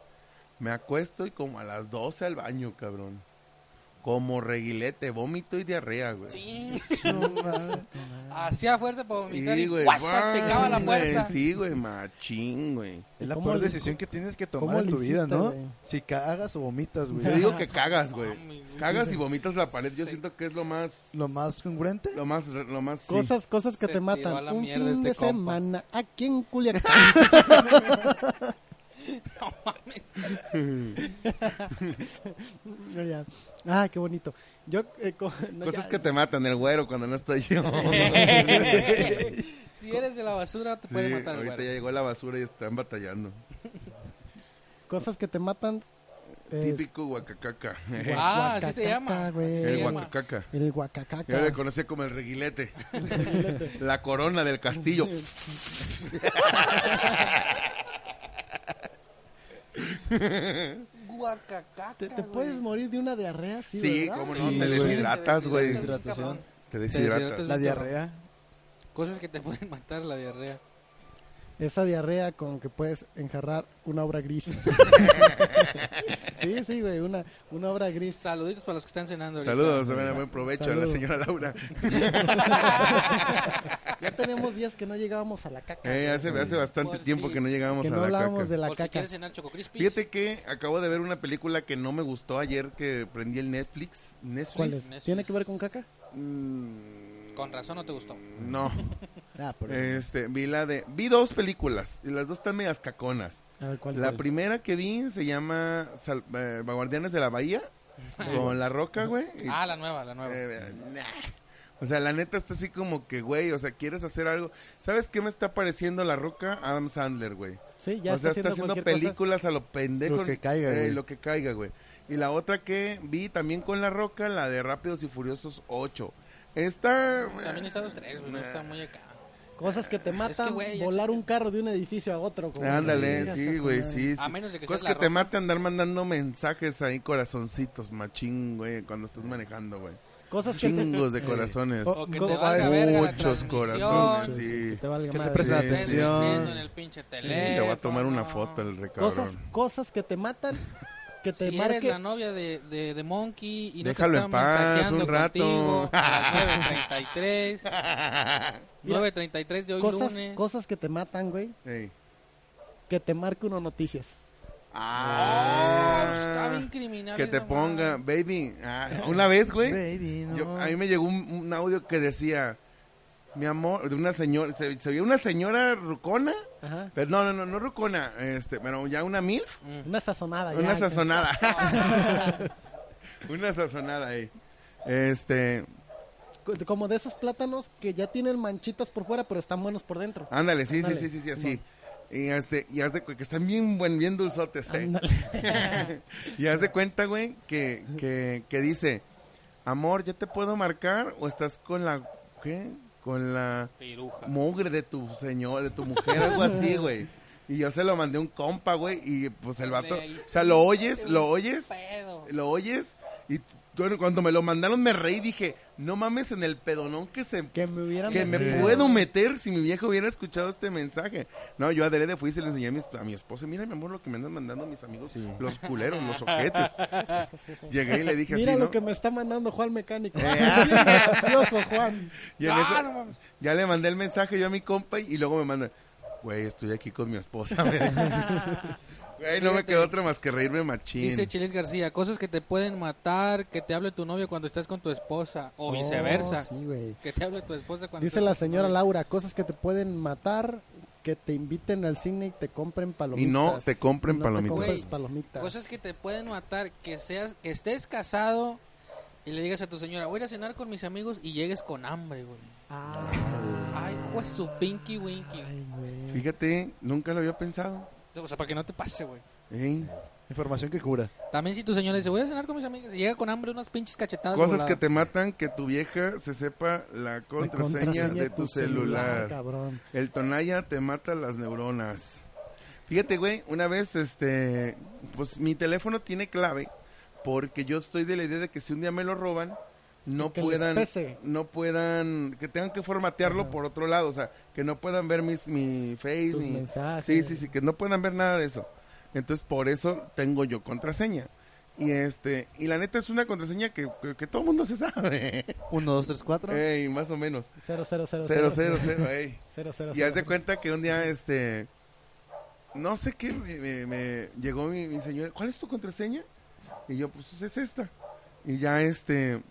Me acuesto y como a las 12 al baño, cabrón. Como reguilete, vómito y diarrea, güey.
Hacía fuerza para vomitar
Sí,
y
güey,
guasa, pegaba la
guau, güey,
puerta.
Sí, güey, machín, güey.
Es la
¿Cómo
peor
le-
decisión que tienes que
cómo
tomar en
le
tu vida,
hiciste,
¿no?
güey?
Si cagas o vomitas,
Yo
güey.
digo que cagas, güey.
Mami, güey.
Cagas y vomitas la pared. Yo
Sí.
siento que es lo más,
Lo más congruente.
lo más, lo más. sí.
Cosas, cosas que
Se
te
tiró a
matan.
la
Un
mierda
fin de
este compa.
semana aquí en Culiacán.
No mames.
No, ya. Ah, qué bonito. Yo, eh, co- no,
Cosas
ya.
que te matan, el güero cuando no estoy yo.
si eres de la basura, te puede
Sí,
matar,
ahorita ya
güey.
llegó la basura y están batallando.
Cosas que te matan. es-
Típico guacacaca.
Ah, así se
Guacacaca,
llama.
güey.
Así se
el
llama.
guacacaca.
El
Yo
guacacaca.
le conocía como el reguilete. la corona del castillo.
Guacacaca,
Te, te
güey.
puedes morir de una diarrea, sí,
Sí,
¿verdad?
cómo no,
Sí,
te
güey.
deshidratas, güey.
Deshidratación.
Te deshidratas.
La diarrea.
Cosas que te pueden matar la diarrea.
Esa diarrea con que puedes enjarrar una obra gris. sí, sí, güey, una, una obra gris.
Saluditos para los que están cenando. ahorita.
Saludos, bueno, buen provecho a la
Saludos.
señora Laura.
Ya tenemos días que no llegábamos a la caca.
Eh, hace, hace bastante
Por
tiempo
si-
que no llegábamos
que
a
no
la
hablábamos
caca.
de la
Por si
caca.
quieres cenar Choco Crispis.
Fíjate que acabo de ver una película que no me gustó ayer que prendí el Netflix. Netflix.
¿Cuál es? ¿Tiene que ver con caca?
Mm,
Con razón no te gustó.
No.
Ah, por
Este, vi la de vi dos películas y las dos están medias caconas.
A ver, ¿cuál
La
fue?
primera que vi se llama Sal- eh, Guardianes de la Bahía Con La Roca, güey. y-
Ah, la nueva, la nueva.
eh, nah. O sea, la neta está así como que, güey, o sea, quieres hacer algo. ¿Sabes qué me está pareciendo La Roca? Adam Sandler, güey.
Sí, ya
o
está,
sea,
haciendo, cualquier cosa.
películas a lo pendejo.
Lo que caiga,
eh,
güey.
lo que caiga, güey. Y la otra que vi también con La Roca, la de Rápidos y Furiosos 8. Esta...
También está dos, tres, güey, no
eh.
está muy acá.
Cosas que te matan,
güey, ya-
volar un carro de un edificio a otro. como-
eh, Ándale,
Chingas a
sí,
tu
güey,
madre.
sí, sí.
A menos de que
Cosas
seas La
que te
Roca.
mate andar mandando mensajes ahí, corazoncitos, machín, güey, cuando estás manejando, güey.
Cosas que te,
Chingos de corazones.
O-
O que
¿Cómo
te
va
valga
eso?
verga la
Muchos
transmisión,
corazones,
que
sí.
te valga
Que te
madre.
prestas
Sí.
estés
atención.
diciendo en el pinche teléfono.
Le voy a tomar una foto el
Cosas,
recabrón.
cosas que te matan, que te
si eres
marque.
la novia de, de, de Monkey y no
Déjalo
te está
en paz,
mensajeando
un rato.
contigo a las 9.33, 9.33 de hoy
Cosas,
lunes.
cosas que te matan, güey,
Ey.
que te marque uno noticias.
Ah,
Está bien criminal
que te
esa
ponga,
madre.
baby. Ah, una vez, güey,
Baby, no.
yo- a mí me llegó un, un audio que decía, mi amor, de una señora, se, se veía una señora rucona,
Ajá.
pero no, no, no, no rucona, este, pero ya una milf,
Una sazonada. ya,
una
que-
sazonada. una sazonada ahí. Este,
co- Como de esos plátanos que ya tienen manchitas por fuera, pero están buenos por dentro.
ándale, sí, sí,
Ándale.
sí, sí, sí, así. Y este, y haz de cu- que están bien buen, bien dulzotes, eh.
Ándale.
Y haz de cuenta, güey, que, que, que dice, amor, ¿ya te puedo marcar o estás con la, qué? Con la
Piruja.
mugre de tu señor, de tu mujer, algo así, güey. Y yo se lo mandé a un compa, güey, y pues el vato,
Le
o sea, lo oyes, lo oyes,
Pedo.
lo oyes, y tú- cuando me lo mandaron me reí, dije, no mames en el pedonón que se...
Que me hubieran
Que me
metido.
puedo meter si mi viejo hubiera escuchado este mensaje. No, yo adrede fui y se lo enseñé a mi, a mi esposa. Mira, mi amor, lo que me andan mandando mis amigos, los culeros, los ojetes. Llegué y le dije
Mira
así,
lo
¿no?
que me está mandando Juan Mecánico.
Eh.
Bien gracioso, Juan.
Y en
Ah,
eso-
no mames.
ya le mandé el mensaje yo a mi compa y, y luego me manda, güey, estoy aquí con mi esposa. me dice. Güey, no me
Fíjate.
quedó otra más que reírme machín.
Dice Chiles García, cosas que te pueden matar, que te hable tu novio cuando estás con tu esposa, o viceversa.
Oh, sí, güey.
Que te hable tu esposa cuando
Dice
estás
la
con tu
señora
novio.
Laura, cosas que te pueden matar, que te inviten al cine y te compren palomitas.
Y no te compren
Y no Te
palomitas.
compres
Güey,
palomitas.
Cosas Pues que te pueden matar, que seas, que estés casado y le digas a tu señora, voy a ir a cenar con mis amigos y llegues con hambre, güey.
Ah,
Ay, pues su pinky winky.
ay, güey.
Fíjate, nunca lo había pensado.
O sea, para que no te pase, güey.
¿eh?
Información que cura.
También si tu señora dice, voy a cenar con mis amigas y llega con hambre unas pinches cachetadas.
Cosas
voladas.
que te matan, que tu vieja se sepa la
La
contraseña, de tu, celular.
cabrón.
El tonalla te mata las neuronas. Fíjate, güey, una vez, este, pues mi teléfono tiene clave porque yo estoy de la idea de que si un día me lo roban, no
Que les
puedan,
pese.
no puedan, que tengan que formatearlo por otro lado, o sea, que no puedan ver mis, mi Face,
Tus
ni-
mensajes.
sí, sí, sí, que no puedan ver nada de eso. Entonces, por eso tengo yo contraseña. Y este, y la neta es una contraseña que, que, que todo el mundo se sabe.
1, 2, 3, 4.
Ey, más o menos.
Cero, cero, cero,
Cero, cero, cero, ey.
Cero, cero,
Y haz de
cero.
cuenta que un día, este, no sé qué, me, me- me llegó mi, mi señora, ¿cuál es tu contraseña? Y yo, pues es esta. Y ya, este,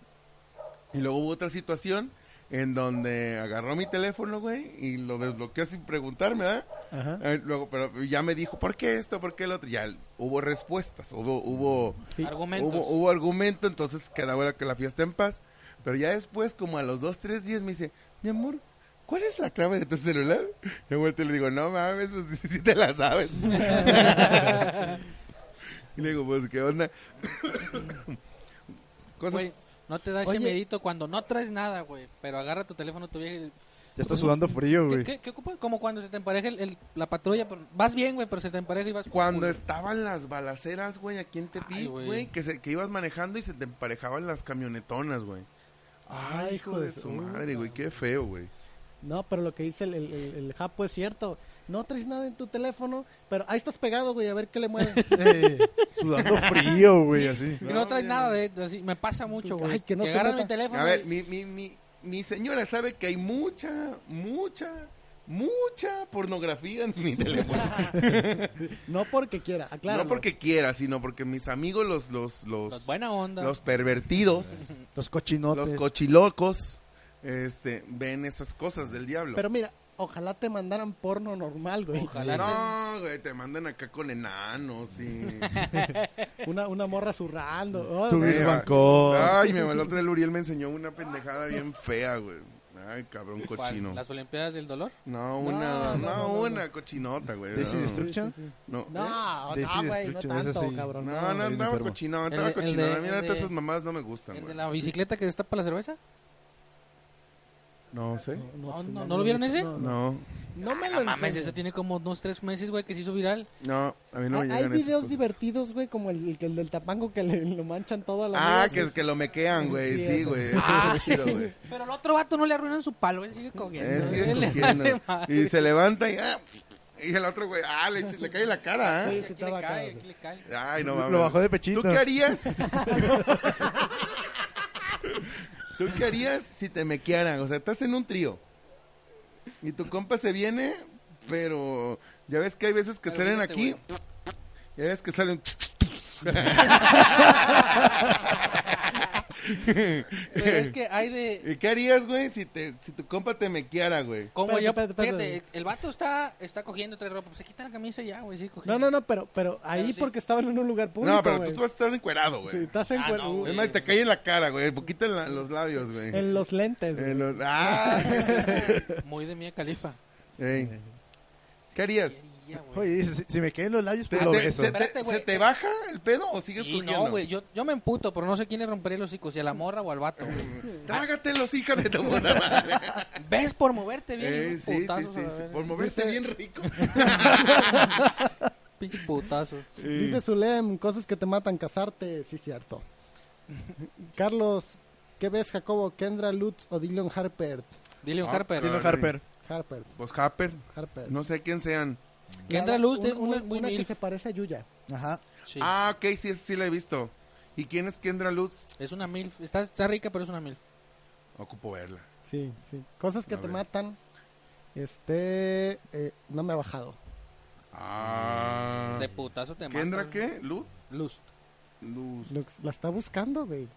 y luego hubo otra situación en donde agarró mi teléfono, güey, y lo desbloqueó sin preguntarme, ¿verdad?
Ajá.
Eh, luego, pero ya me dijo, ¿por qué esto? ¿Por qué el otro? Ya hubo respuestas, hubo, hubo,
Sí.
Argumentos.
Hubo, hubo argumento, entonces quedaba la- que la fiesta en paz. Pero ya después, como a los dos, tres días, me dice, mi amor, ¿cuál es la clave de tu celular? Yo vuelto y le digo, no mames, pues si te la sabes. y le digo, pues, ¿qué onda? Cosas...
Güey, no te da
Oye.
ese cuando no traes nada, güey. Pero agarra tu teléfono, tu vieja. y-
Ya está sudando
¿Qué,
frío, güey.
qué, qué ocupas? Como cuando se te empareja el- el- la patrulla. pero- Vas bien, güey, pero se te empareja y vas.
Cuando estaban las balaceras, güey, aquí en
Ay,
Tepic,
güey.
güey, que, se- que ibas manejando y se te emparejaban las camionetonas, güey. Ay, hijo de su madre, güey, qué feo, güey.
No, pero lo que dice el, el, el- el Japo es cierto. No traes nada en tu teléfono, pero ahí estás pegado, güey, a ver qué le mueven.
Eh, sudando frío, güey, así.
Y no traes
No,
nada de, de así. Me pasa mucho, güey.
Ay, que no se
agarran
meta.
mi teléfono.
A ver,
güey.
mi, mi, mi, mi señora sabe que hay mucha, mucha, mucha pornografía en mi teléfono.
No porque quiera, aclaro.
No porque quiera, sino porque mis amigos, los, los, los,
Pues buena onda.
los pervertidos,
Los cochinotes.
los cochilocos, este, ven esas cosas del diablo.
Pero mira, Ojalá te mandaran porno normal, güey.
Ojalá.
No, güey, te mandan acá con enanos y...
Una, una morra zurrando. Oh,
Tú-
Eh,
Bancó.
Ay, mi mamá, el otro día el Uriel me enseñó una pendejada bien fea, güey. Ay, cabrón cochino.
¿Las Olimpiadas del Dolor?
No, una,
no,
no,
no, no.
una cochinota, güey.
This is
No,
destruction.
no,
No,
Decir
no, güey, no
destruction,
tanto,
eso sí.
no,
cabrón.
no,
bien
andaba
enfermo.
cochinón,
El
andaba
de- el
cochinón.
de-
A mí la
el
neta
de-
esas mamás no me gustan,
¿El de
güey.
la bicicleta que destapa la cerveza?
No sé.
No,
sé,
no,
no
¿no lo vieron ese?
No, no.
No,
No me lo
Ah, No mames,
enseñes.
ese tiene como unos tres meses, güey, que se hizo viral.
no, a mí no me
Hay- Hay
llegan esas
videos
cosas.
divertidos, güey, como el, el que- el del tapango que le, lo manchan todo a la
Ah,
vida,
que, que lo mequean, güey.
Sí,
Sí,
eso.
güey. Eso es chido, güey.
Pero el otro vato no le arruinan su palo, él sigue cogiendo.
Eh,
Él sigue
Él le
cogiendo.
vale madre.
Y se levanta y... ah, y el otro, güey, ah, le, echa- le cae en la cara, ¿eh?
Sí, sí,
Aquí le
estaba
cae,
cagado.
aquí le cae.
Ay, no mames.
Lo bajó de
¿Tú
pechito.
qué harías? ¿Tú qué harías si te mequearan? O sea, estás en un trío. Y tu compa se viene, pero ya ves que hay veces que
Pero
salen
mírate,
aquí. Ya ves que salen.
Pero es que hay de...
¿Y qué harías, güey, si, te, si tu compa te mequeara, güey?
Como
Espérate,
yo,
espérate, espérate.
fíjate, el vato está, está cogiendo tres ropa, pues se quita la camisa y ya, güey, sigue
No,
cogiendo.
no, no, pero, pero ahí
Pero sí.
porque estaban en un lugar público,
no, pero
güey.
tú vas a estar encuerado, güey.
Sí, estás en,
Ah,
cuer-
no, güey.
Es más, te cae en la cara, güey. Poquito en la- los labios, güey.
en los lentes. güey.
En los- ¡Ah!
Muy de mía califa.
Ey. ¿Qué harías?
Oye, dice, si, si me queden los labios,
¿Te-
pues lo
te-
beso.
te- te-
Espérate, güey.
¿Se te baja el pedo o sigues
Sí,
cogiendo?
no, güey, yo, yo me emputo, pero no sé quién le rompería los hocico, si a la morra o al vato.
Trágatelos, hija de tu puta madre.
¿Ves por moverte bien?
Eh,
unos
sí, sí,
putazos,
sí,
a la
sí,
verga.
Por moverse
Dice-
bien rico.
Pinches putazos.
Dice Zulem, cosas que te matan, casarte, sí cierto. Carlos, ¿qué ves, Jacobo? Kendra Lutz o Dylan Harper.
Dile un
Ah,
Harper.
claro.
Dilo, Harper.
Harper,
Pues Harper,
Harper.
no sé quién sean.
Nada,
Kendra Lutz
una-
es muy-
una-
muy
una que
milf.
se parece a Yuya.
Ajá.
Sí.
Ah, ok, sí, sí la he visto. ¿Y quién es Kendra Luz?
Es una mil. Está, está rica, pero es una mil.
Ocupo verla.
Sí, sí. Cosas que
A
te
ver.
matan. Este, eh, no me ha bajado.
Ah.
De putazo te
¿Kendra
matan.
qué? ¿Luz?
Lust.
Luz.
Lux, la está buscando, güey.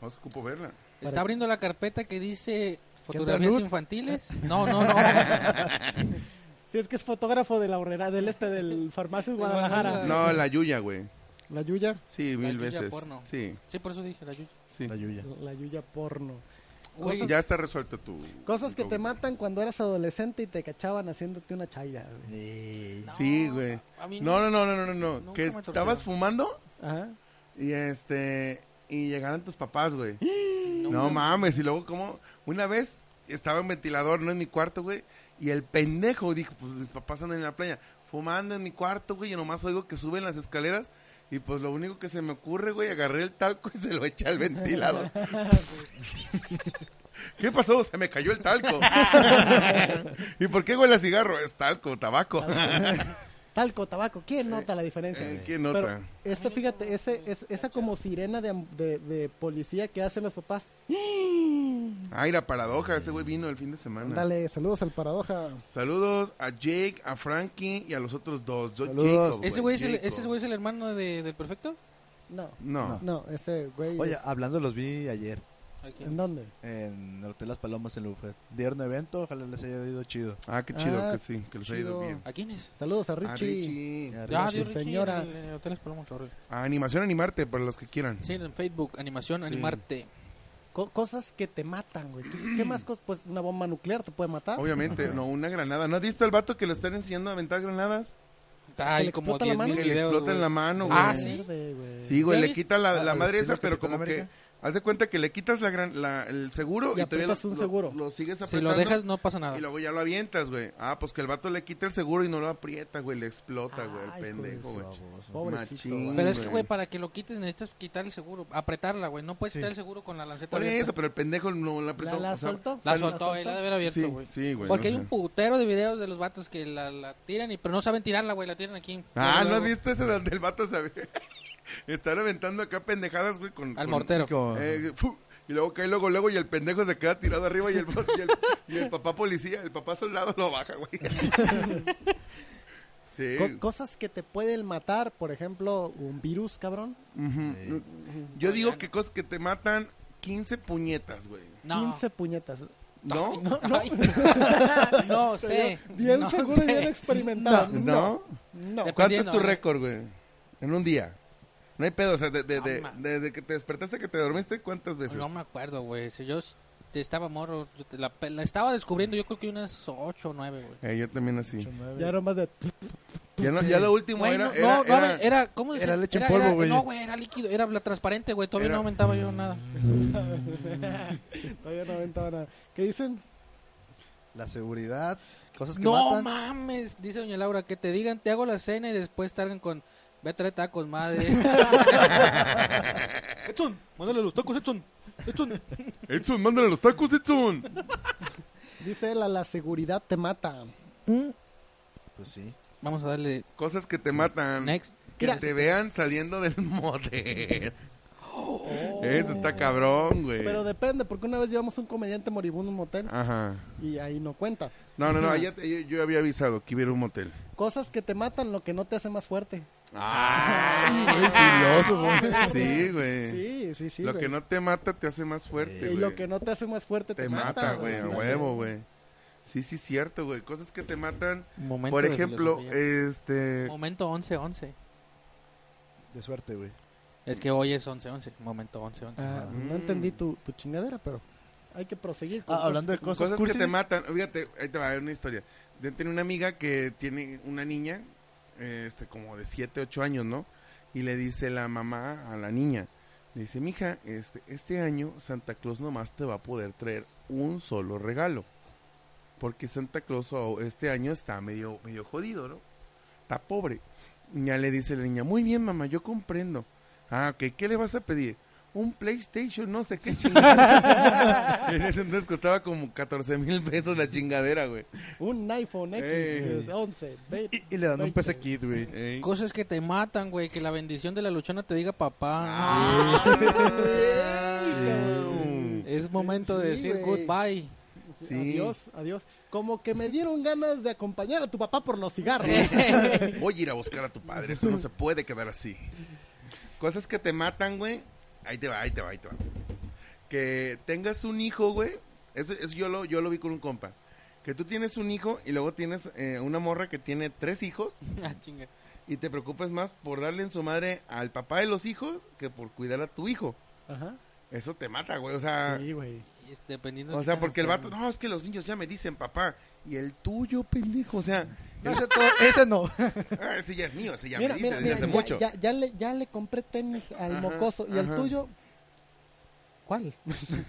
Vamos, ocupo verla.
Está abriendo la carpeta que dice
¿Kendra
fotografías
Lutz?
infantiles. No, no, no.
Si es que es fotógrafo de la horrera del este del farmacia de Guadalajara.
No, la Yuya, güey.
La Yuya,
Sí, mil
Yuya
veces.
porno.
Sí,
sí, por eso dije la Yuya.
sí.
La lluvia.
la Yuya porno.
Güey,
Cosas-
Ya está resuelto tu.
Cosas que
tu-
te matan cuando eras adolescente y te cachaban haciéndote una chaira, güey.
Sí, güey.
a mí
No, no, no, no, no, no. no.
Nunca
Que
me
estabas
torturaron.
fumando
Ajá.
y este. Y llegaron tus papás, güey.
No,
No
mames.
mames, y luego como una vez estaba en ventilador, no en mi cuarto, güey, y el pendejo dijo, pues mis papás andan en la playa, fumando en mi cuarto, güey, y nomás oigo que suben las escaleras, y pues lo único que se me ocurre, güey, agarré el talco y se lo eché al ventilador. ¿Qué pasó? Se me cayó el talco. ¿Y por qué huele a cigarro? Es talco, tabaco.
Talco, tabaco, ¿quién nota la diferencia?
Eh,
güey?
¿Quién
Pero
nota?
ese, fíjate, ese, es- esa como sirena de, am- de- de policía que hacen los papás.
Ay, la paradoja, ese güey vino el fin de semana.
Dale, saludos al paradoja.
Saludos a Jake, a Frankie y a los otros dos. Yo-
Saludos.
Jacob,
¿Ese güey es, el,
Jacob.
ese güey es el hermano de, del perfecto?
No,
No. ah.
no, ese güey.
Oye,
es-
hablando, los vi ayer
Aquí.
¿En dónde?
en el Hotel Las Palomas en Lufet. Dieron evento, ojalá les haya ido chido.
Ah, qué chido
Ah,
que sí, que les ha ido
chido.
bien.
¿A quién es?
Saludos a
A
Richie.
Richie.
Ya,
Ya,
sí,
Dios, Richie,
señora.
en el- en el Hotel Las Palomas, horrible.
A animación animarte para los que quieran.
Sí, en Facebook, animación, animarte.
Co- cosas que te matan, güey. ¿Qué, qué más cosas? Pues una bomba nuclear te puede matar.
Obviamente, no, una granada. ¿No has visto al vato que le están enseñando a aventar granadas?
Hay
le
como
explota la
10
mano?
Que le explota en la mano, güey.
Ah,
sí.
sí.
Verde, güey.
güey,
¿Ya
le
viste?
quita la, la
Ah,
madre
¿estilo
esa, pero
Capitán
como que...
América?
Haz de cuenta que le quitas la gran- la- el
Y
seguro y, todavía
aprietas
lo,
un
lo-
seguro.
lo sigues
Si
apretando.
lo dejas, no pasa nada.
Y luego ya lo avientas, güey. Ah, pues que el vato le quita el seguro y no lo aprieta, güey. Le explota,
Ay,
güey, el
hijo de
pendejo,
su
güey.
Pobrecito.
Machín.
güey.
Pero es que,
güey.
güey, para que lo quites necesitas quitar el seguro, apretarla, güey. No puedes quitar el seguro con la lanceta.
Por
abierta.
eso, pero el pendejo no la
¿La,
apretó.
la
o sea,
soltó?
La soltó, güey, la de haber
Sí,
abierto, güey.
sí, güey.
Porque
o
hay
sea.
un putero de videos de los vatos que la, la tiran, y, pero no saben tirarla, güey, la tiran aquí.
Ah,
Luego,
¿no has
luego.
visto ese donde el vato se ve? Están aventando acá pendejadas, güey, con...
Al
con-
mortero.
eh, fu- y luego cae luego, luego, y el pendejo se queda tirado arriba y el, y el, y el papá policía, el papá soldado lo baja, güey. sí.
Co- cosas que te pueden matar, por ejemplo, un virus, cabrón.
Ujú. Yo digo que cosas que te matan 15 puñetas, güey.
No.
15 puñetas.
¿No? ¿No?
no sé.
Bien
no
seguro y
sé.
bien experimentado.
¿No?
No. no.
Dep-
¿Cuánto es tu
Dependiendo, ¿eh?
récord, güey? En un día. No hay pedo, o sea, de- de- de-
Ah, ma.
desde que te despertaste que te dormiste, ¿cuántas veces?
No me acuerdo, güey. Si yo s- te estaba morro, yo te la, pe- la estaba descubriendo yo creo que unas 8 o 9, güey.
Eh, yo también así.
Ya era más de.
Ya, no- ya lo último
Güey,
era,
no,
era,
no, no,
era-
era, ¿cómo se-
era leche en
era-
polvo,
era-
güey.
No, güey, era líquido, era bla- transparente, güey. Todavía
Era- Mm,
no aumentaba yo nada.
Todavía no aventaba nada. ¿Qué dicen?
La seguridad, cosas que
No
matan.
mames, dice doña Laura, que te digan, te hago la cena y después targan con, ve a traer tacos, madre. Edson, mándale los tacos, Edson. Edson.
Edson, mándale los tacos, Edson.
Dice él, a la seguridad te mata.
Pues sí.
Vamos a darle
Cosas que te matan.
next.
Que te vean saliendo del motel. Eso está cabrón, güey.
Pero depende, porque una vez llevamos un comediante moribundo a un motel
Ajá.
y ahí no cuenta.
Ah. No, no, no. ya te- yo, yo había avisado que iba a ir a un motel.
Cosas que te matan, lo que no te hace más fuerte.
Ah.
Sí, güey.
Sí, sí, sí.
lo
güey.
que no te mata te hace más fuerte,
y
güey.
lo que no te hace más fuerte te,
te mata, güey. A
imagínate.
huevo, güey. Sí, sí, cierto, güey. Cosas que te matan.
Momento
Por
de
ejemplo,
filosofía.
este.
Momento 11-11.
De suerte, güey.
Es que hoy es 11-11. Momento 11-11.
Ah,
Mm.
No entendí tu, tu chingadera, pero hay que proseguir. con
Ah, hablando de
cosas
cosas,
Cosas
cursis,
que te matan. Fíjate, ahí te va a ver una historia. Yo tenía una amiga que tiene una niña, este, como de 7, 8 años, ¿no? Y le dice la mamá a la niña, le dice, mija, este, este año Santa Claus nomás te va a poder traer un solo regalo. Porque Santa Claus oh, este año está medio, medio jodido, ¿no? Está pobre. Y ya le dice la niña, muy bien, mamá, yo comprendo. Ah, ok, ¿qué le vas a pedir? Un PlayStation, no sé qué chingadera. en ese entonces costaba como 14 mil pesos la chingadera, güey.
Un iPhone X
Ey.
es 11,
Y,
20.
y le dan un
Veinte.
PC Kit, güey.
Cosas que te matan, güey. Que la bendición de la luchona te diga papá.
Ah,
es momento de
Sí,
decir
güey.
goodbye.
Sí.
Adiós, adiós. Como que me dieron ganas de acompañar a tu papá por los cigarros.
Voy a ir a buscar a tu padre, eso no se puede quedar así. Cosas que te matan, güey. Ahí te va, ahí te va, ahí te va. Que tengas un hijo, güey. Eso, eso yo, lo, yo lo vi con un compa. Que tú tienes un hijo y luego tienes eh, una morra que tiene tres hijos
Ah, chinga.
y te preocupas más por darle en su madre al papá de los hijos que por cuidar a tu hijo.
Ajá.
Eso te mata, güey. O sea,
Sí, güey.
Y es dependiendo de
o
qué
sea,
tan
porque el vato,
enfermo.
no, es que los niños ya me dicen papá. Y el tuyo, pendejo. O sea,
Ese, to- ese no.
"Ah, ese ya es mío, ese ya
Mira,
me dice
mira,
desde
mira,
hace
ya,
mucho.
Ya, ya le, ya le compré tenis al
Ajá,
mocoso. ¿Y
ajá.
al tuyo? ¿Cuál?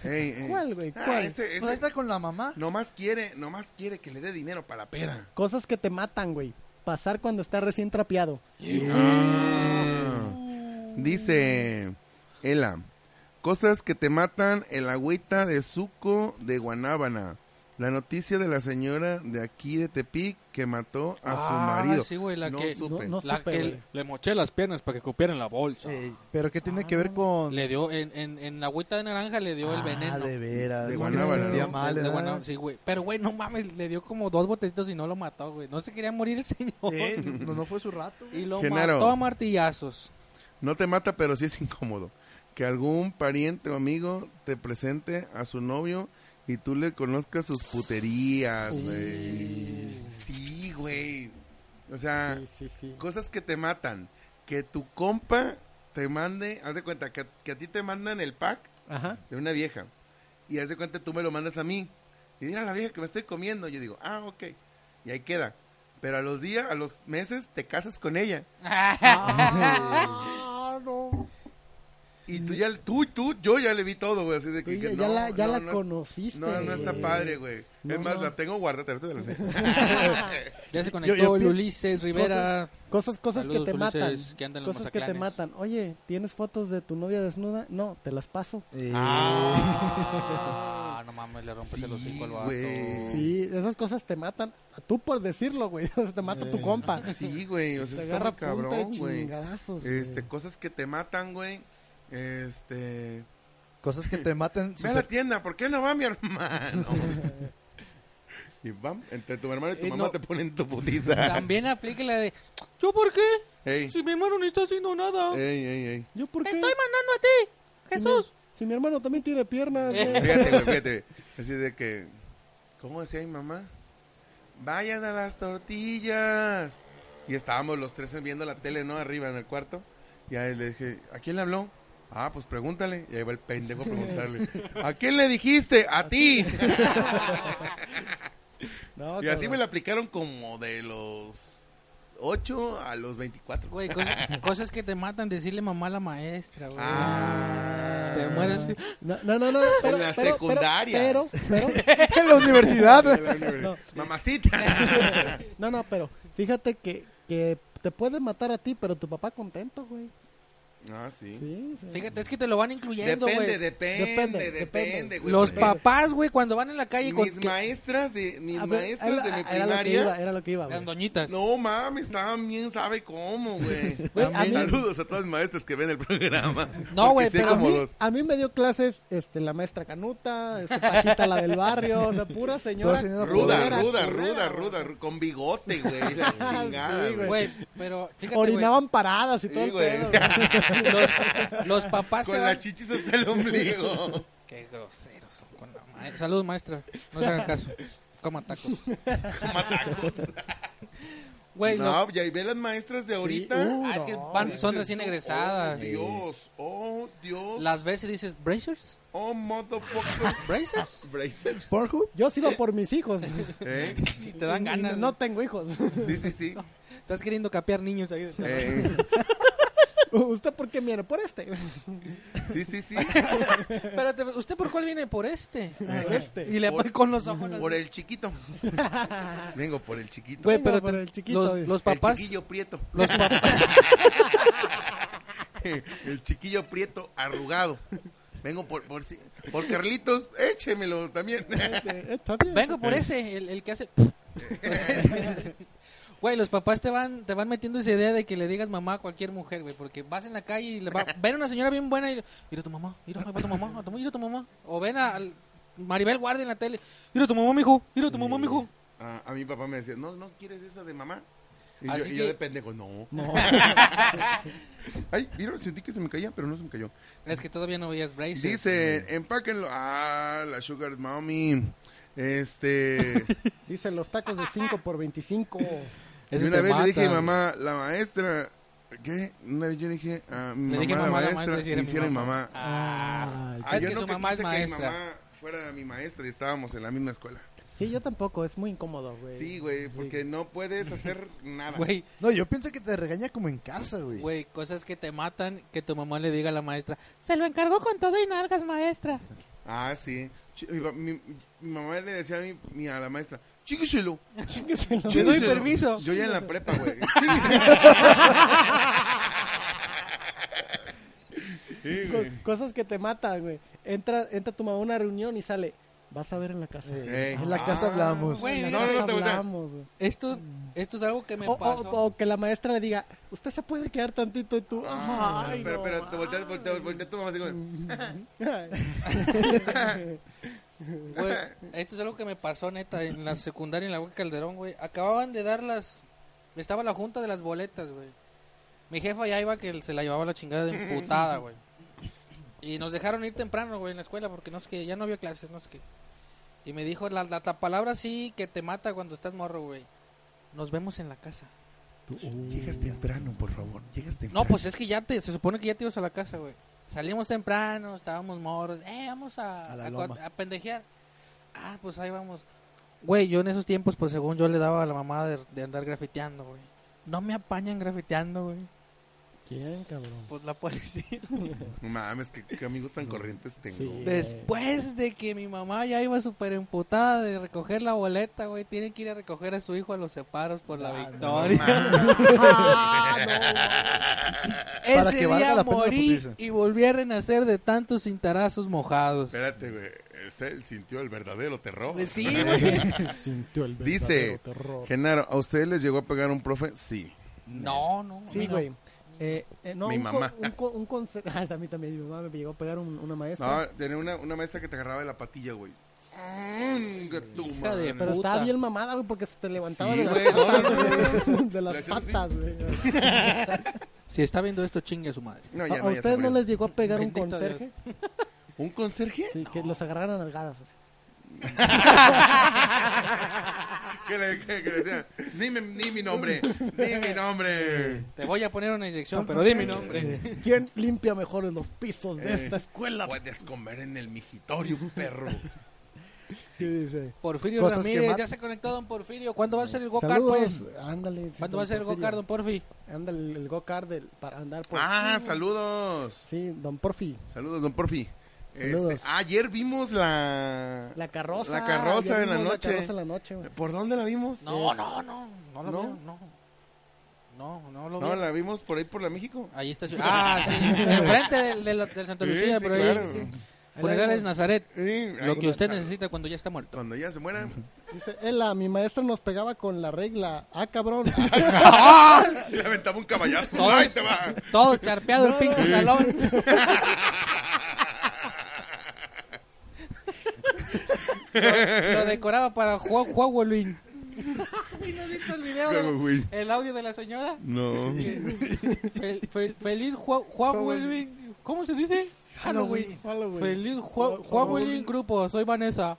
Ey, ey.
¿Cuál, güey?
Ah,
¿Cuál?
ese- ese
Pues ahí está con la mamá.
nomás quiere, nomás quiere que le dé dinero para la peda.
Cosas que te matan, güey. Pasar cuando está recién trapeado. Mm.
Dice Ela, cosas que te matan, el agüita de suco de Guanábana. La noticia de la señora de aquí de Tepic que mató a su
Ah,
marido.
sí, güey, la
no
que-
supe.
No, no
La
supe,
que
güey.
le moché las piernas para que cupieran la bolsa.
Ey, Pero ¿qué tiene que ver con...?
Le dio, en, en, en la agüita de naranja le dio el
Ah,
veneno.
de veras.
De
Sí,
guanábana,
sentía
¿no?
mal,
De- de
¿verdad?
guanábana, sí, güey. Pero, güey, no mames, le dio como dos botecitos y no lo mató, güey. No se quería morir el señor.
Eh, no, no fue su rato. güey.
Y lo
Genaro.
mató a martillazos.
No te mata, pero sí es incómodo. Que algún pariente o amigo te presente a su novio y tú le conozcas sus puterías, güey. Sí, güey. O sea,
Sí, sí, sí.
Ah. cosas que te matan. Que tu compa te mande, haz de cuenta, que, que a ti te mandan el pack
Ajá.
de una vieja. Y haz de cuenta, tú me lo mandas a mí. Y mira la vieja que me estoy comiendo. Yo digo, ah, ok. Y ahí queda. Pero a los días, a los meses, te casas con ella. Y tú ya, tú, tú, yo ya le vi todo, güey. Así de
Tú
que,
ya,
que
ya
no,
la, ya
no,
la
no es-
conociste.
No, no está
güey.
padre, güey.
No,
es más,
no.
la tengo guardada, ahorita te la enseño.
Ya se conectó
yo
el
pi-
Ulises Rivera.
Cosas, cosas
Saludos,
que te matan.
Ulises, que andan en los
cosas que te
Mazatlán.
matan. Oye, ¿tienes fotos de tu novia desnuda? No, te las paso.
Eh,
Ah, no mames, le rompes el hocico al vato.
güey.
Sí, esas cosas te matan. Tú por decirlo, güey. O sea, te mata tu compa.
Sí, güey. O sea,
Te
está
agarra
muy
punta
cabrón,
de
güey.
chingadazos. güey.
Este, cosas que te matan, güey. Este.
Cosas que te matan.
Ve a la tienda, ¿por qué no va mi hermano? y van, entre tu hermano y tu
Eh,
mamá
no.
te ponen tu putiza.
También aplique la de, ¿yo por qué?
Ey,
Si mi hermano no está haciendo nada.
ey, ey, ey.
¿Yo por
Te
qué?
estoy mandando a ti,
Si mi-
Jesús.
Eh.
Si mi hermano también tiene piernas. güey.
Fíjate, güey, fíjate. Así de que. ¿Cómo decía mi mamá? Vayan a las tortillas. Y estábamos los tres viendo la tele, ¿no? Arriba en el cuarto. Y ahí le dije, ¿a quién le habló? Ah, pues pregúntale. Y ahí va el pendejo a preguntarle. ¿A quién le dijiste? A ti.
No,
Y así
cabrón.
me la aplicaron como de los 8 a los 24.
Güey, cosas, cosas que te matan, decirle mamá a la maestra, güey.
Ah.
Te mueres.
No, no, no, no, pero- pero-
la
pero-
secundaria.
Pero, pero,
En la universidad.
no,
Mamacita.
no, no, pero fíjate que, que te puede matar a ti, pero tu papá contento, güey.
Ah, sí.
Sí, sí.
Fíjate, es que te lo van incluyendo,
Depende,
güey.
depende,
Depende,
depende,
depende.
güey.
Los
Porque
papás, güey, cuando van en la calle con...
Mis
que-
maestras de, mis
A ver,
maestras de mi
era lo que iba,
primaria.
era lo que iba, güey.
Las doñitas.
No mames, estaban bien, sabe cómo, güey.
Güey, a mí-
Pues, Saludos a todas las maestras que ven el programa.
No, güey,
Porque sí hay
pero
como
a mí-
dos.
A mí me dio clases este, la maestra Canuta, este, Paquita, la del barrio, o sea, pura señora.
Toda señora
Ruda,
culera,
ruda,
culera,
ruda,
güey.
ruda, ru- con bigote, güey. La chingada,
Sí, güey.
güey.
Güey, pero fíjate, güey,
Orinaban paradas y todo
Sí,
el
güey.
pedo, güey.
los, los papás te
Con las
van...
chichis hasta el ombligo.
Qué groseros son con la maestra. Salud, maestra. No se hagan caso. Coma tacos.
Matacos.
Güey, lo-
No, Ah, ya y ve las maestras de ahorita.
uh,
Ah, es que
No,
van-
Dices
son
tú,
recién egresadas.
Oh, Dios, oh, Dios.
Las ves y dices, ¿bracers?
Oh, motherfucker.
¿Bracers?
Braces.
Pornhub.
Yo sigo por mis hijos.
¿Eh?
Si te dan
Y
ganas.
No tengo hijos.
Sí, sí, sí.
Estás queriendo capear niños ahí.
Eh,
¿Usted por qué viene? Por este.
sí, sí, sí.
Espérate, ¿usted por cuál viene? Por este.
Por este.
Y le
Por-
ponen con los ojos así.
Por el chiquito. Vengo por el chiquito.
Güey,
Venga,
pero
por
te-
el chiquito,
los,
güey.
los
El
papás...
chiquillo prieto.
Los papás...
El chiquillo prieto arrugado. Vengo por, por, si- por Carlitos. Échemelo también.
Eh,
Este, está bien.
Vengo por ese, el, el que hace... Güey, los papás te van, te van metiendo esa idea de que le digas mamá a cualquier mujer, güey, porque vas en la calle y le va, ven a una señora bien buena y mira a tu mamá, mira, ahí va tu mamá, a tu- mira a tu mamá. O ven a, al Maribel Guardia en la tele, mira a tu mamá, mijo, mira a tu mamá, mijo.
Ah, A, a mi papá me decía, no, no quieres esa de mamá. Y, yo,
Así
y yo
¿Ah, que-
de pendejo, no. Ay, vieron, sentí que se me caía, pero no se me cayó.
Es que todavía no veías Braces.
Dice, empáquenlo. Ah, la Sugar Mommy. Este.
Dicen los tacos de 5 por 25.
y una vez le dije a mi mamá, la maestra. ¿Qué? Una vez yo le dije a mi
Le
mamá,
dije
la
mamá, a la
maestra,
maestra,
hiciera, mi mamá.
Ah,
Ah,
es
yo
que
no
su mamá es
quise que mi
maestra.
mamá fuera mi maestra y estábamos en la misma escuela.
Sí, yo tampoco, es muy incómodo, güey.
Sí, güey, porque no puedes hacer nada.
Güey,
No, yo pienso que te regaña como en casa, güey.
güey, cosas que te matan, que tu mamá le diga a la maestra, se lo encargó con todo y nalgas, maestra.
Ah, sí. Ch- Mi, pa- mi- mi mamá le decía a, mi, mi- a la maestra, chíquiselo.
Chíqueselo.
Te doy permiso.
Yo ya en la prepa, güey. Sí,
Co-
güey.
cosas que te matan, güey. Entra, entra tu mamá a una reunión y sale. Vas a ver en la casa.
Ey.
En la casa
Ah,
hablamos.
güey.
En la
No,
no,
casa
no te voltees.
hablamos, güey.
Esto, esto es algo que me
Mm. O, o-
pasó.
o que la maestra le diga, usted se puede quedar tantito y tú.
Ah,
"Ay,
pero,
no
pero, te volteas,
mames".
volteas, volteas tu mamá así como,
Güey, esto es algo que me pasó, neta, en la secundaria, en la Hueca Calderón, güey. Acababan de dar las... Estaba la junta de las boletas, güey. Mi jefa ya iba que se la llevaba la chingada de imputada, güey. Y nos dejaron ir temprano, güey, en la escuela, porque no sé qué, ya no había clases, no sé qué. Y me dijo, la, la palabra sí que te mata cuando estás morro, güey. Nos vemos en la casa.
Llegas temprano, por favor. Llegas temprano.
No, pues es que ya te, se supone que ya te ibas a la casa, güey. Salimos temprano, estábamos morros, eh, vamos a,
A la
a
loma.
cor- a pendejear. Ah, pues ahí vamos. Güey, yo en esos tiempos, pues según yo le daba a la mamá de, de andar grafiteando, güey. No me apañan grafiteando, güey.
¿Quién, cabrón?
Pues la policía.
No mames, que, amigos tan corrientes tengo.
Sí.
Después de que mi mamá ya iba súper emputada de recoger la boleta, güey, tiene que ir a recoger a su hijo a los separos por
Ah,
la victoria.
Para
Ese
que valga
día
la pena la
morí
putiza.
y volví a renacer de tantos cintarazos mojados.
Espérate, güey. Él sintió el verdadero terror.
Pues sí, güey.
Sintió el
Dice, Genaro, ¿a ustedes les llegó a pegar un profe? Sí.
No, no. a
Sí,
mí no.
güey. Eh, eh, no,
Mi
un co-
mamá.
un co- un conse- Ah, a mí también, mi mamá me llegó a pegar un- una maestra.
No, tenía una, una maestra que te agarraba de la patilla, güey. Chinga tu
Hija de
madre.
pero estaba
puta.
bien mamada, güey, porque se te levantaba
Sí,
de, las
güey, no,
patas,
no,
güey.
no.
de las
Le hacías así.
patas, güey.
Si está viendo esto, chingue a su madre.
No,
¿A,
ya
a
no, ya se
ustedes no
murió.
les llegó a pegar
Bendito
un conserje?
¿Un conserje?
Sí, que los agarraran algadas. Así.
que le, que, que le decía, ni, mi- ni mi nombre, ni mi nombre.
Te voy a poner una inyección, pero di mi nombre.
¿Quién limpia mejor los pisos
Eh.
de esta escuela?
Puedes comer en el mijitorio, perro.
Sí, dice.
Porfirio
Cosas que
Ramírez,
mat-
ya se conectó Don Porfirio. ¿Cuándo va a ser el go-kart, pues?
Saludos. Ándale. sí,
¿Cuándo
don
va a ser el
Porfirio.
go-kart, Don Porfi?
Ándale, el- el go-kart del- para andar por...
Ah, saludos.
Sí, don Porfi.
Saludos, don Porfi. Este,
Saludos.
ayer vimos la...
La carroza.
La carroza
ya
en la
vimos
noche.
La carroza en la noche, güey.
¿Por dónde la vimos?
No, no, no. No lo
¿No?
veo, no. No, no lo
No,
veo.
la vimos por ahí por la México.
Ahí está. Ah, sí. Enfrente del, del, del Santa
Sí,
Lucía,
sí,
pero ahí.
claro.
sí, sí. Funerales Nazaret.
Sí,
Lo
ahí-
que usted necesita cuando ya está muerto.
Cuando ya se muera.
Dice, Ela, mi maestra nos pegaba con la regla. Ah, cabrón.
Le aventaba un caballazo.
Todos-
¡Ay, se va!
Todo charpeado el pinche salón. Lo decoraba para Juan Halloween. ¿Y no viste el video? de-
Halloween.
el audio de la señora.
No.
Fel- fel- feliz Juan Halloween. ¿Cómo se dice?
Halloween. Halloween.
Feliz Juan Halloween grupo. Soy Vanessa.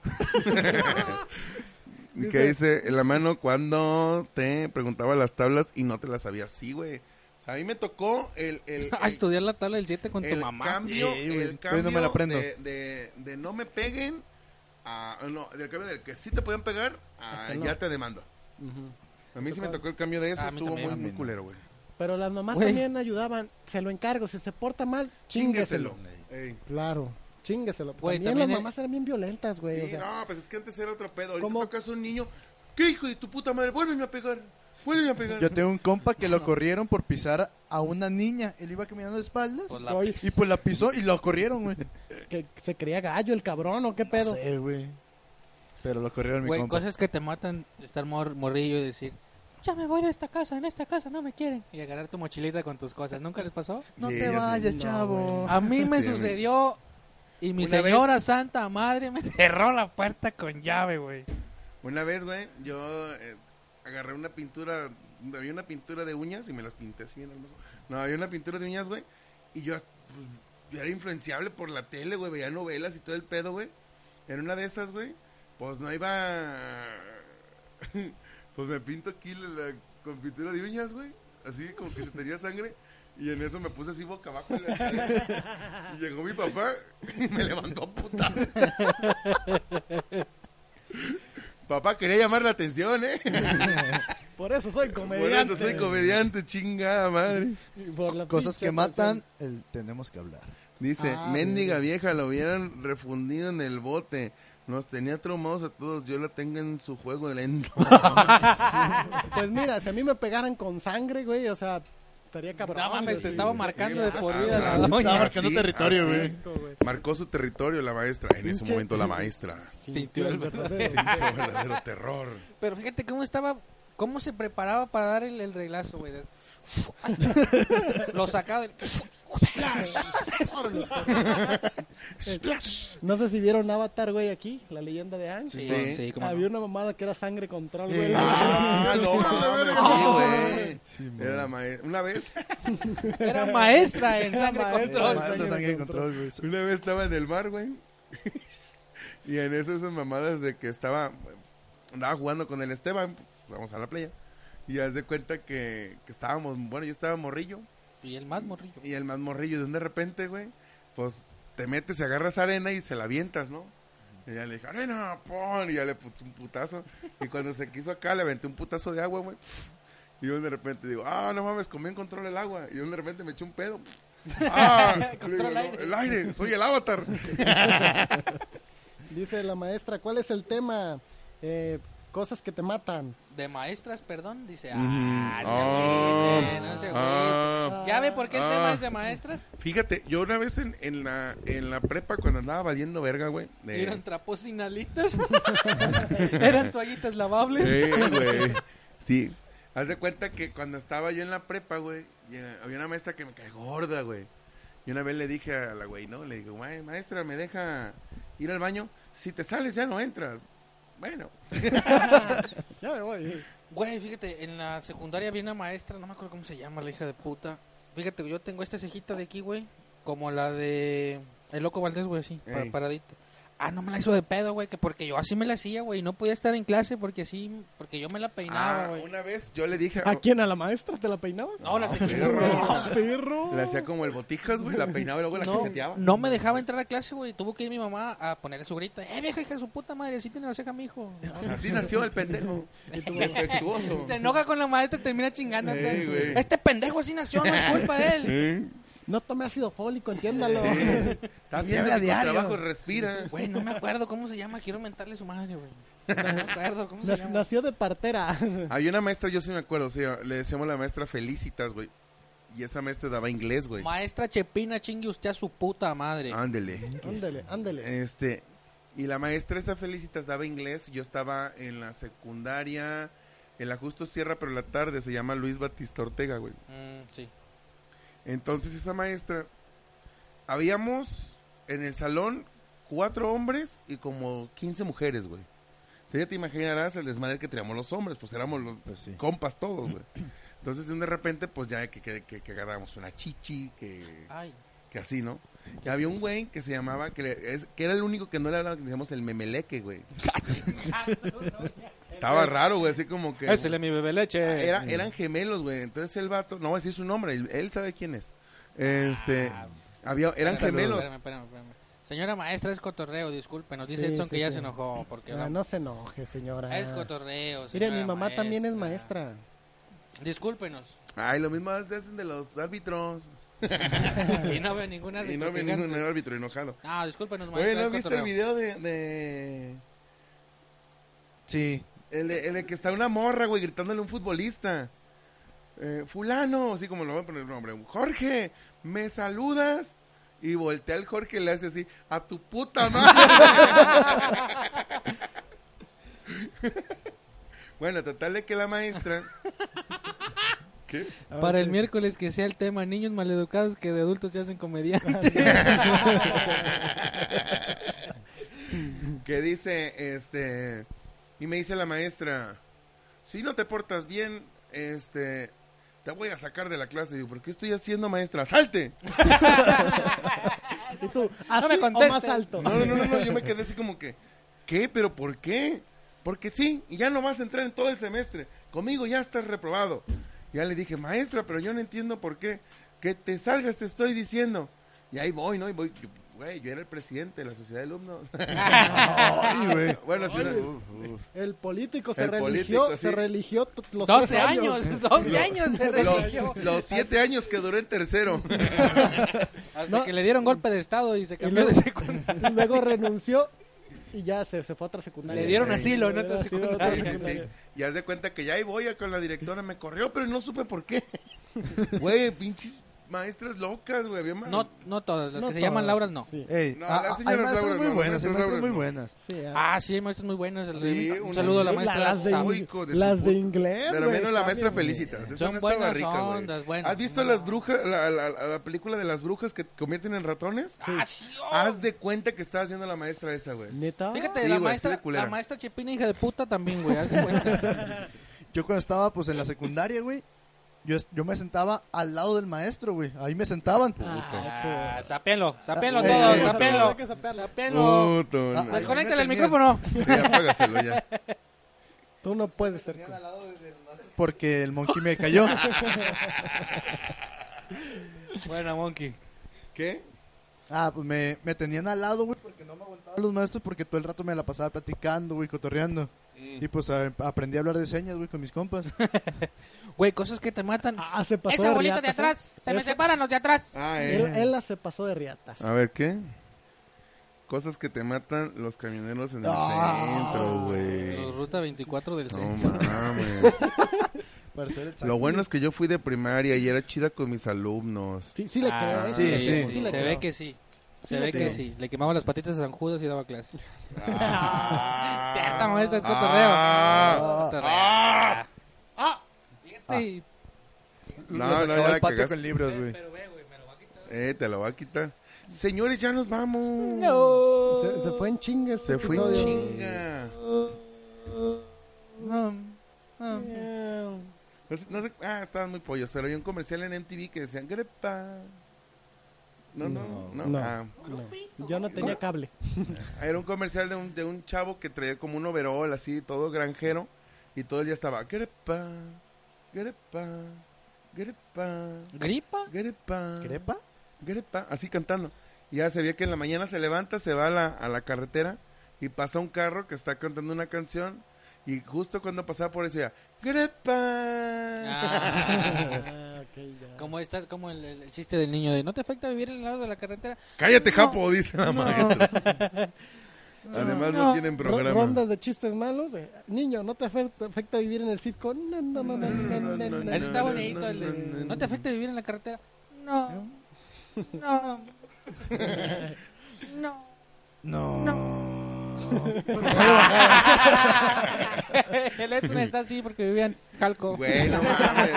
¿Y qué dice la mano cuando te preguntaba las tablas y no te las sabías? Sí, güey. O sea, a mí me tocó el, el,
A
el,
estudiar la tabla del 7 con tu
Eh, el
mamá.
cambio,
Sí, güey.
el
Todavía
cambio
no me la aprendo.
de, de, de no me peguen a... No, del cambio del que sí te pueden pegar a ya te demando. A mí sí me tocó el cambio de eso.
Ah, a mí
Estuvo
también.
muy, muy culero, güey.
Pero las mamás
Güey.
también ayudaban. Se lo encargo. Si se porta mal,
Chingueselo.
chingueselo. Claro. Chingueselo.
Güey,
también,
también
las
es-
mamás eran bien violentas, güey.
Sí,
o sea,
no, pues es que antes era otro pedo. Ahorita
¿Cómo?
tocas a un niño. ¿Qué hijo de tu puta madre? Vuélveme a pegar. Vuélveme a pegar.
Yo tengo un compa que lo corrieron por pisar a una niña. Él iba caminando de espaldas.
Pues la-
oye,
Y pues la pisó y lo corrieron, güey.
pues-
que se creía gallo el cabrón o qué pedo.
No sé, güey. Pero lo corrieron mi
Güey,
compa.
cosas que te matan, estar mor- morrillo y decir, ya me voy de esta casa, en esta casa no me quieren. Y agarrar tu mochilita con tus cosas, ¿nunca les pasó?
No
Sí,
te
yo sé.
vayas,
No,
chavo.
güey.
Ah,
A mí me
Sí, a mí.
sucedió y mi
Una
señora santa madre me cerró la puerta con llave, güey.
Una vez, güey, yo eh, agarré una pintura, había una pintura de uñas y me las pinté así bien hermoso. No, había una pintura de uñas, güey, y yo, pues, yo era influenciable por la tele, güey, veía novelas y todo el pedo, güey. En una de esas, güey, pues no iba... pues me pinto aquí la, la- con pintura de uñas, güey, así como que se tenía sangre. Y en eso me puse así boca abajo. en la sala, y llegó mi papá y me levantó a putazos. Papá quería llamar la atención, ¿eh?
Por eso soy
Por
comediante.
eso soy comediante, chingada madre.
Y por la
Cosas
pinche
que matan,
atención.
el tenemos que hablar.
Dice,
Ah,
mendiga vieja, lo hubieran refundido en el bote. Nos tenía traumados a todos, yo la tengo en su juego lento.
Pues mira, si a mí me pegaran con sangre, güey, o sea, estaría cabrón.
No mames,
güey,
te
sí, Ah,
estaba
güey.
marcando de
Sí,
por
así,
vida la
así,
doña.
así, así.
Asco, güey.
Marcó su territorio la maestra, en ese
Pinche-
momento la maestra.
Sintió el verdadero.
Qué verdadero terror.
Pero fíjate cómo estaba, cómo se preparaba para dar el, el reglazo, güey. De- Lo sacaba del...
No sé si vieron Avatar, güey, aquí, la leyenda de Aang.
Sí,
Sí.
sí, cómo no.
Había una mamada que era sangre control, güey.
Eh.
Ah, no, mames, sí,
Sí,
güey. Era la maestra. Una vez,
Era maestra en sangre
Maestra.
control.
Maestra.
Más de sangre en control, güey.
Una vez estaba en el bar, güey. y en eso esas mamadas de que estaba. Andaba jugando con el Esteban. Vamos a la playa. Y haz de cuenta que, que estábamos. Bueno, yo estaba morrillo.
Y el más morrillo.
Y el más morrillo, de un de repente, güey. Pues te metes y agarras arena y se la avientas, ¿no? Y ya le dije, arena, pon. Y ya le puse un putazo. Y cuando se quiso acá, le aventé un putazo de agua, güey. Y yo de repente digo, ah, no mames, comí en control el agua. Y yo de repente me eché un pedo. Ah, Le digo,
Control
"No,
aire".
el aire, soy el avatar.
Dice la maestra, ¿cuál es el tema? Eh, cosas que te matan.
De maestras, perdón, dice.
Ah,
Ah, no, no se agüite.
ah.
¿Ya ve por qué el
Ah.
tema es de maestras?
Fíjate, yo una vez en, en la, en la prepa cuando andaba valiendo verga, güey. eh,
Eran trapos sin alitas. Eran toallitas lavables.
eh, güey. Sí. Haz de cuenta que cuando estaba yo en la prepa, güey, y, eh, había una maestra que me cae gorda, güey. Y una vez le dije a la güey, ¿no? Le digo, "Güey, maestra, ¿me deja ir al baño? Si te sales ya no entras. Bueno,
Ya me voy.
Güey, fíjate, en la secundaria vi una maestra, no me acuerdo cómo se llama, la hija de puta. Fíjate, yo tengo esta cejita de aquí, güey, como la de El Loco Valdés, güey, así, pa-
Ey.
paradita. Ah, no me la hizo de pedo, güey, que porque yo así me la hacía, güey, y no podía estar en clase porque así, porque yo me la peinaba,
Ah,
güey.
una vez yo le dije. "Oh,
¿A quién? ¿A la maestra? ¿Te la peinabas?
No, la sequía,
perro.
güey.
¡Ah, perro!
La hacía como el botijas, güey, la peinaba y luego la
No,
cacheteaba.
no me dejaba entrar a clase, güey. Tuvo que ir mi mamá a ponerle su grita. Eh, vieja hija de su puta madre, así tiene la ceja, mi hijo.
Así nació el pendejo. Defectuoso.
Se enoja con la maestra y termina chingando.
Ey, güey.
este pendejo así nació, no es culpa de él.
¿Eh?
No tome ácido fólico, entiéndalo.
Está bien,
Bebe a
con
diario.
trabajo respira.
Güey, no me acuerdo cómo se llama, quiero mentarle su madre, güey. No me acuerdo cómo se
Nac-
llama.
Nació de partera.
Había una maestra, yo sí me acuerdo, o sea, le decíamos a la maestra Felicitas, güey. Y esa maestra daba inglés, güey.
Maestra Chepina, chingue usted a su puta madre.
Ah. Ándele.
ándele, ándele.
Este, y la maestra esa Felicitas daba inglés, yo estaba en la secundaria, en la Justo Sierra, pero en la tarde, se llama Luis Batista Ortega, güey.
Mm, sí.
Entonces esa maestra, habíamos en el salón cuatro hombres y como 15 mujeres, güey. Entonces ya te imaginarás el desmadre que teníamos los hombres, pues éramos los
Pues sí.
compas todos, güey. Entonces de repente, pues ya que, que, que, que agarramos una chichi, que,
Ay,
que así, ¿no? Que había un güey que se llamaba, que, le- es- que era el único que no le hablaba, que le decíamos el memeleque, güey. Estaba raro, güey, así como que... Ah,
mi bebé leche.
Era- eran gemelos, güey. Entonces el vato, no voy a decir su nombre, él, él sabe quién es. Este, había, eran gemelos.
Espérame, espérame, espérame. Señora maestra, es cotorreo, disculpe. Nos dice
Sí,
Edson
sí,
que ya
sí.
se enojó. Porque
Ah, no se enoje, señora.
Es cotorreo.
Mire,
señora
mi mamá también es maestra.
Discúlpenos.
Ay, lo mismo hacen de los árbitros.
Y no veo ninguna
Y no ve ningún árbitro enojado.
No, discúlpenos, este
Güey,
maestra.
¿no
es
viste el
cotorreo.
video de... de-
Sí.
El, de- el de que está una morra, güey, gritándole a un futbolista. Eh, fulano, así como lo voy a poner el nombre. Jorge, ¿me saludas? Y voltea al Jorge y le hace así, a tu puta madre. bueno, total de que la maestra...
Para el miércoles que sea el tema niños maleducados que de adultos se hacen comediantes.
que dice, este, y me dice la maestra, si no te portas bien, este, te voy a sacar de la clase. Y yo, ¿por qué estoy haciendo maestra? ¡Salte!
¿Y tú? ¿Así
me
o
contestes.
más alto?
No, no, no, no, no, yo me quedé así como que, ¿qué? ¿Pero por qué? Porque sí, y ya no vas a entrar en todo el semestre. Conmigo ya estás reprobado. Ya le dije, maestra, pero yo no entiendo por qué. Que te salgas, te estoy diciendo. Y ahí voy, ¿no? Y voy, yo, güey, yo era el presidente de la sociedad de alumnos.
Ay, güey.
bueno, si no-
El político se
El
religió,
político, sí.
se religió t- los
12
tres
años, 12 años se religió.
los, los siete años que duré en tercero.
Hasta
No.
que le dieron golpe de estado y se
Y
cambió
luego,
de secundaria.
y luego renunció y ya se, se fue a otra secundaria.
Le dieron
Ey.
asilo en otra
Sí, otra
Sí,
secundaria.
sí, sí. Y haz de cuenta que ya ahí voy a con la directora, me corrió, pero no supe por qué. Güey, pinches maestras locas, güey. había ma-
No, no todas, las
No
que se llaman
todas,
Lauras no.
sí.
Ey,
No,
ah,
las
ah, hay
señoras
maestras
Laura,
muy
no,
buenas, hay
maestras
maestras
Laura,
muy
no.
buenas.
Sí, ah.
Ah, sí, hay maestras muy buenas. el-
Sí,
un
una-
saludo a la
La-
maestra.
las de,
Sam.
Saúl, hijo de su
las de
pu-
inglés.
Pero
güey,
menos la
está
maestra
bien.
felicitas. Esa
Son
no estaba
buenas
rica, güey.
ondas, bueno.
¿Has visto las brujas, la, la- la película de las brujas que convierten en ratones?
Ah, sí, oh.
Haz de cuenta que estaba haciendo la maestra esa, güey.
¿Neta?
Fíjate,
Sí,
la,
güey, sí
maestra,
de culera.
la maestra Chepina, hija de puta, también, güey. haz de cuenta.
Yo cuando estaba pues en la secundaria, güey, yo, es- yo me sentaba al lado del maestro, güey. Ahí me sentaban.
Ah, sapelo, sapelo
Sí,
todo,
sí, sí.
sapelo.
Hay que sapearla.
Sapelo.
Puto,
Ah,
no.
ah,
Desconéctale el
Tenía-
micrófono.
Sí, apágaselo ya.
Tú no puedes ser. cool.
Porque el monkey me cayó.
Bueno, Monkey.
¿Qué?
Ah, pues me, me tenían al lado, güey, porque no me aguantaban los maestros porque todo el rato me la pasaba platicando, güey, cotorreando.
Mm.
Y pues a- aprendí a hablar de señas, güey, con mis compas.
Güey, cosas que te matan.
Ah, se pasó
Ese abuelito de
riatas, ¿eh?
atrás, se me
Ese-
separan los de atrás.
Ah, eh. Ah.
Él, él la se pasó de riatas.
A ver, ¿qué? Cosas que te matan los camioneros en el
Ah.
centro, güey.
Los Ruta 24 del
Eh, No
centro.
mames.
Para hacer el
Lo bueno es que yo fui de primaria y era chida con mis alumnos.
Sí, sí le
Ah,
creo. ¿eh?
sí,
le
sí,
creo,
sí.
le
Se
creo.
ve que sí. Se
le
ve que
creo.
sí. Le quemaba las patitas a San Judas y daba clases.
Ah.
Cierta maestra es cotorreo.
Ah.
Cotorreo.
Ah.
Ah, fíjate.
No, no, ya
el
la
patio
cagaste.
con libros, güey.
Eh, te lo va a quitar. Señores, ya nos vamos.
Se, se fue en chingue. ese
Se fue en
episodio.
chinga. No sé- no sé- ah, estaban muy pollos, pero había un comercial en MTV que decían, grepa. No, no, no.
No.
Ah,
No, Yo no tenía cable.
era un comercial de un, de un chavo que traía como un overall así, todo granjero. Y todo el día estaba. Grepa, grepa, grepa,
¿Gripa?
grepa.
¿Crepa?
Grepa, así cantando. Y ya se veía que en la mañana se levanta, se va a la, a la carretera y pasa un carro que está cantando una canción y justo cuando pasaba por eso decía, Grepa.
Ah,
Ah, ok, ya.
como estás, como el, el- el chiste del niño de no te afecta vivir en el lado de la carretera.
Cállate, Japo, dice la maestra. Además no, tienen
Ro-
programa.
Rondas de chistes malos. eh. Niño, ¿no te afe- te afecta vivir en el circo? No, no, no, no, no, no, no,
no,
Ese está
no,
bonito,
no,
el de,
no, no,
no te afecta vivir en la carretera. No. No. No.
No.
El Edson está así porque vivía en Jalco.
Bueno, mames.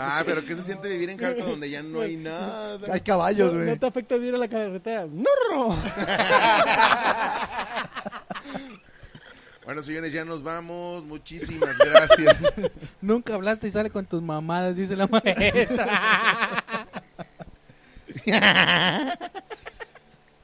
Ah, pero ¿qué se siente vivir en Jalco donde ya no hay nada?
Hay caballos,
No-
güey.
no te afecta vivir en la carretera. ¡No!
Bueno, señores, ya nos vamos. Muchísimas gracias.
Nunca hablaste y sale con tus mamadas, dice la maestra.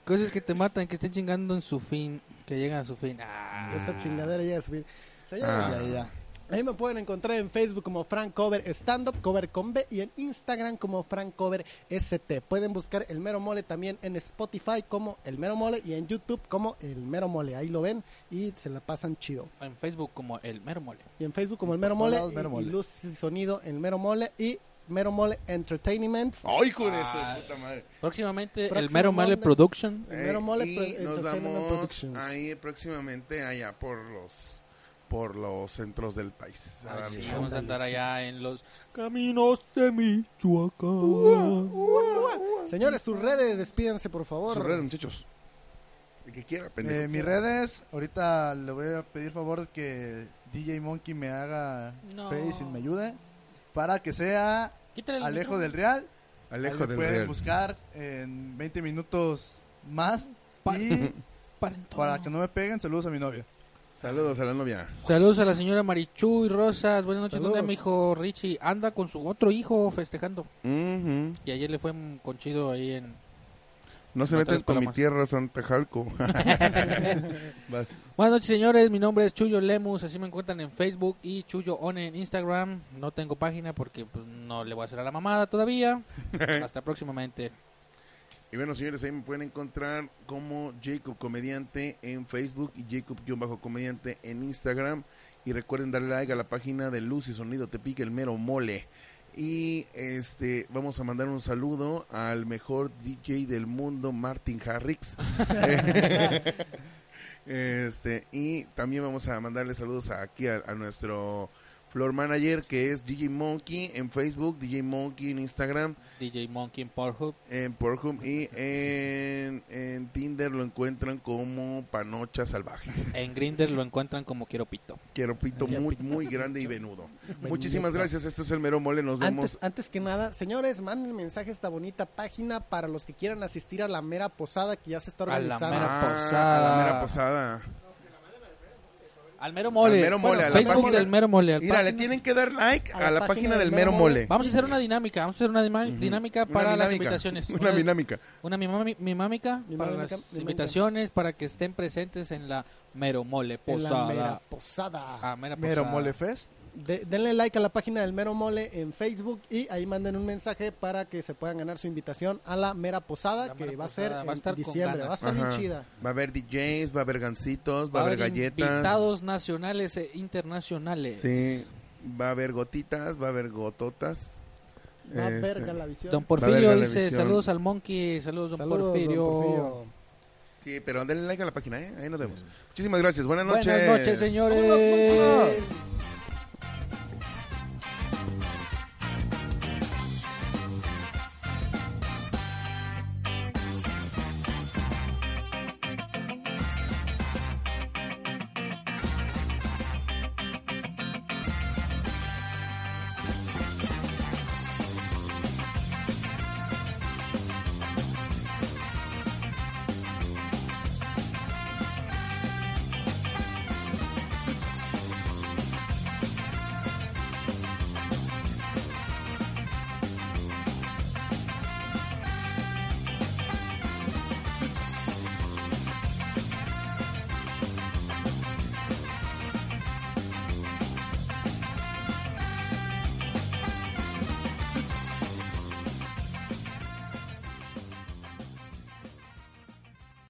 Cosas que te matan, que estén chingando en su fin, que llegan a su fin. Ah.
Esta chingadera ya es subir. Señores,
Ah.
ya, ya. Ahí me pueden encontrar en Facebook como Frank Cover Stand Up, Cover con B, y en Instagram como Frank Cover ST. Pueden buscar El Mero Mole también en Spotify como El Mero Mole y en YouTube como El Mero Mole. Ahí lo ven y se la pasan chido.
En Facebook como el mero mole.
Y en Facebook como El Mero
Por todos
Mole,
lados, Mero
y- y
Mole.
Luz y Sonido El Mero Mole y Mero Mole Entertainment.
Ay, con eso, puta madre.
Próximamente el
Próximo
mero mole
Monday.
production.
El Mero
Eh,
Mole
y
Pro-
nos
Entertainment
vamos
Productions.
ahí próximamente allá por los por los centros del país. A ver,
Así
¿no?
Ah, vamos a andar allá en los caminos de Michoacán.
Señores, sus redes, despídense por favor.
Sus redes, muchachos. El que quiera, pendejo.
Eh, mis redes, ahorita le voy a pedir favor que DJ Monkey me haga
No.
face y me ayude para que sea
Quítale el
Alejo
micrófono.
del Real. Ahí
Alejo
lo
del
pueden
Real.
buscar en 20 minutos más y
Para en todo.
para que no me peguen, saludos a mi novia.
Saludos a la novia.
Saludos a la señora Marichuy Rosas. Buenas noches, ¿dónde
Saludos.
mi hijo Richie? Anda con su otro hijo festejando.
Ujú.
Y ayer le fue un conchido ahí en...
No se
No
meten
traes
con mi
palomas.
tierra, Santa Jalco. Vas.
Buenas noches, señores. Mi nombre es Chuyo Lemus. Así me encuentran en Facebook y Chuyo One en Instagram. No tengo página porque pues, no le voy a hacer a la mamada todavía. Hasta próximamente.
Y bueno, señores, ahí me pueden encontrar como Jacob Comediante en Facebook y Jacob-Comediante en Instagram. Y recuerden darle like a la página de Luz y Sonido Te Pica el Mero Mole. Y este vamos a mandar un saludo al mejor DJ del mundo, Martin Harrix. este, y también vamos a mandarle saludos aquí a, a nuestro floor manager que es DJ Monkey en Facebook, DJ Monkey en Instagram
DJ Monkey en Pornhub.
en Pornhub y en, en Tinder lo encuentran como Panocha Salvaje.
En Grinder lo encuentran como Quiero Pito.
Quiero pito muy, muy grande y venudo. Muchísimas gracias. Esto es el mero mole. Nos
Antes,
vemos.
antes que nada, señores, manden mensaje a esta bonita página para los que quieran asistir a la mera posada que ya se está
A la
organizando.
mera
a la
posada.
mera posada.
Al mero mole.
Al mero mole,
Bueno,
a la
Facebook
página.
del mero mole. al
Mira, le
página.
tienen que dar like a la página del mero mole.
Vamos a hacer una dinámica. Vamos a hacer una dima- dinámica
Una
para las
dinámica,
invitaciones.
Una dinámica.
Una mimami- mimámica para
Mimámica,
las
mimámica.
invitaciones, para que estén presentes en la Mero Mole
En la
Posada.
mera posada.
Ah, mera
Mero
posada.
Mole Fest.
De- denle like a la página del Mero Mole en Facebook y ahí manden un mensaje para que se puedan ganar su invitación a la mera posada
La
que
mera
va a
posada.
ser
Va a
en
estar con
diciembre.
ganas.
Va a estar bien
Ajá.
chida.
Va a haber DJs, va a haber gancitos, va,
Va
a haber galletas.
invitados nacionales e internacionales.
Sí. Va a haber gotitas, va a haber gototas.
Va a
Este,
verga la visión.
Don
Va a
Porfirio
haber
dice
televisión.
saludos al Monkey, saludos don
Saludos, don
Porfirio.
Porfirio.
Sí, pero denle like a la página, ¿eh? Ahí nos vemos. Muchísimas gracias. Buenas noches.
Buenas noches,
señor
señores.
Vámonos.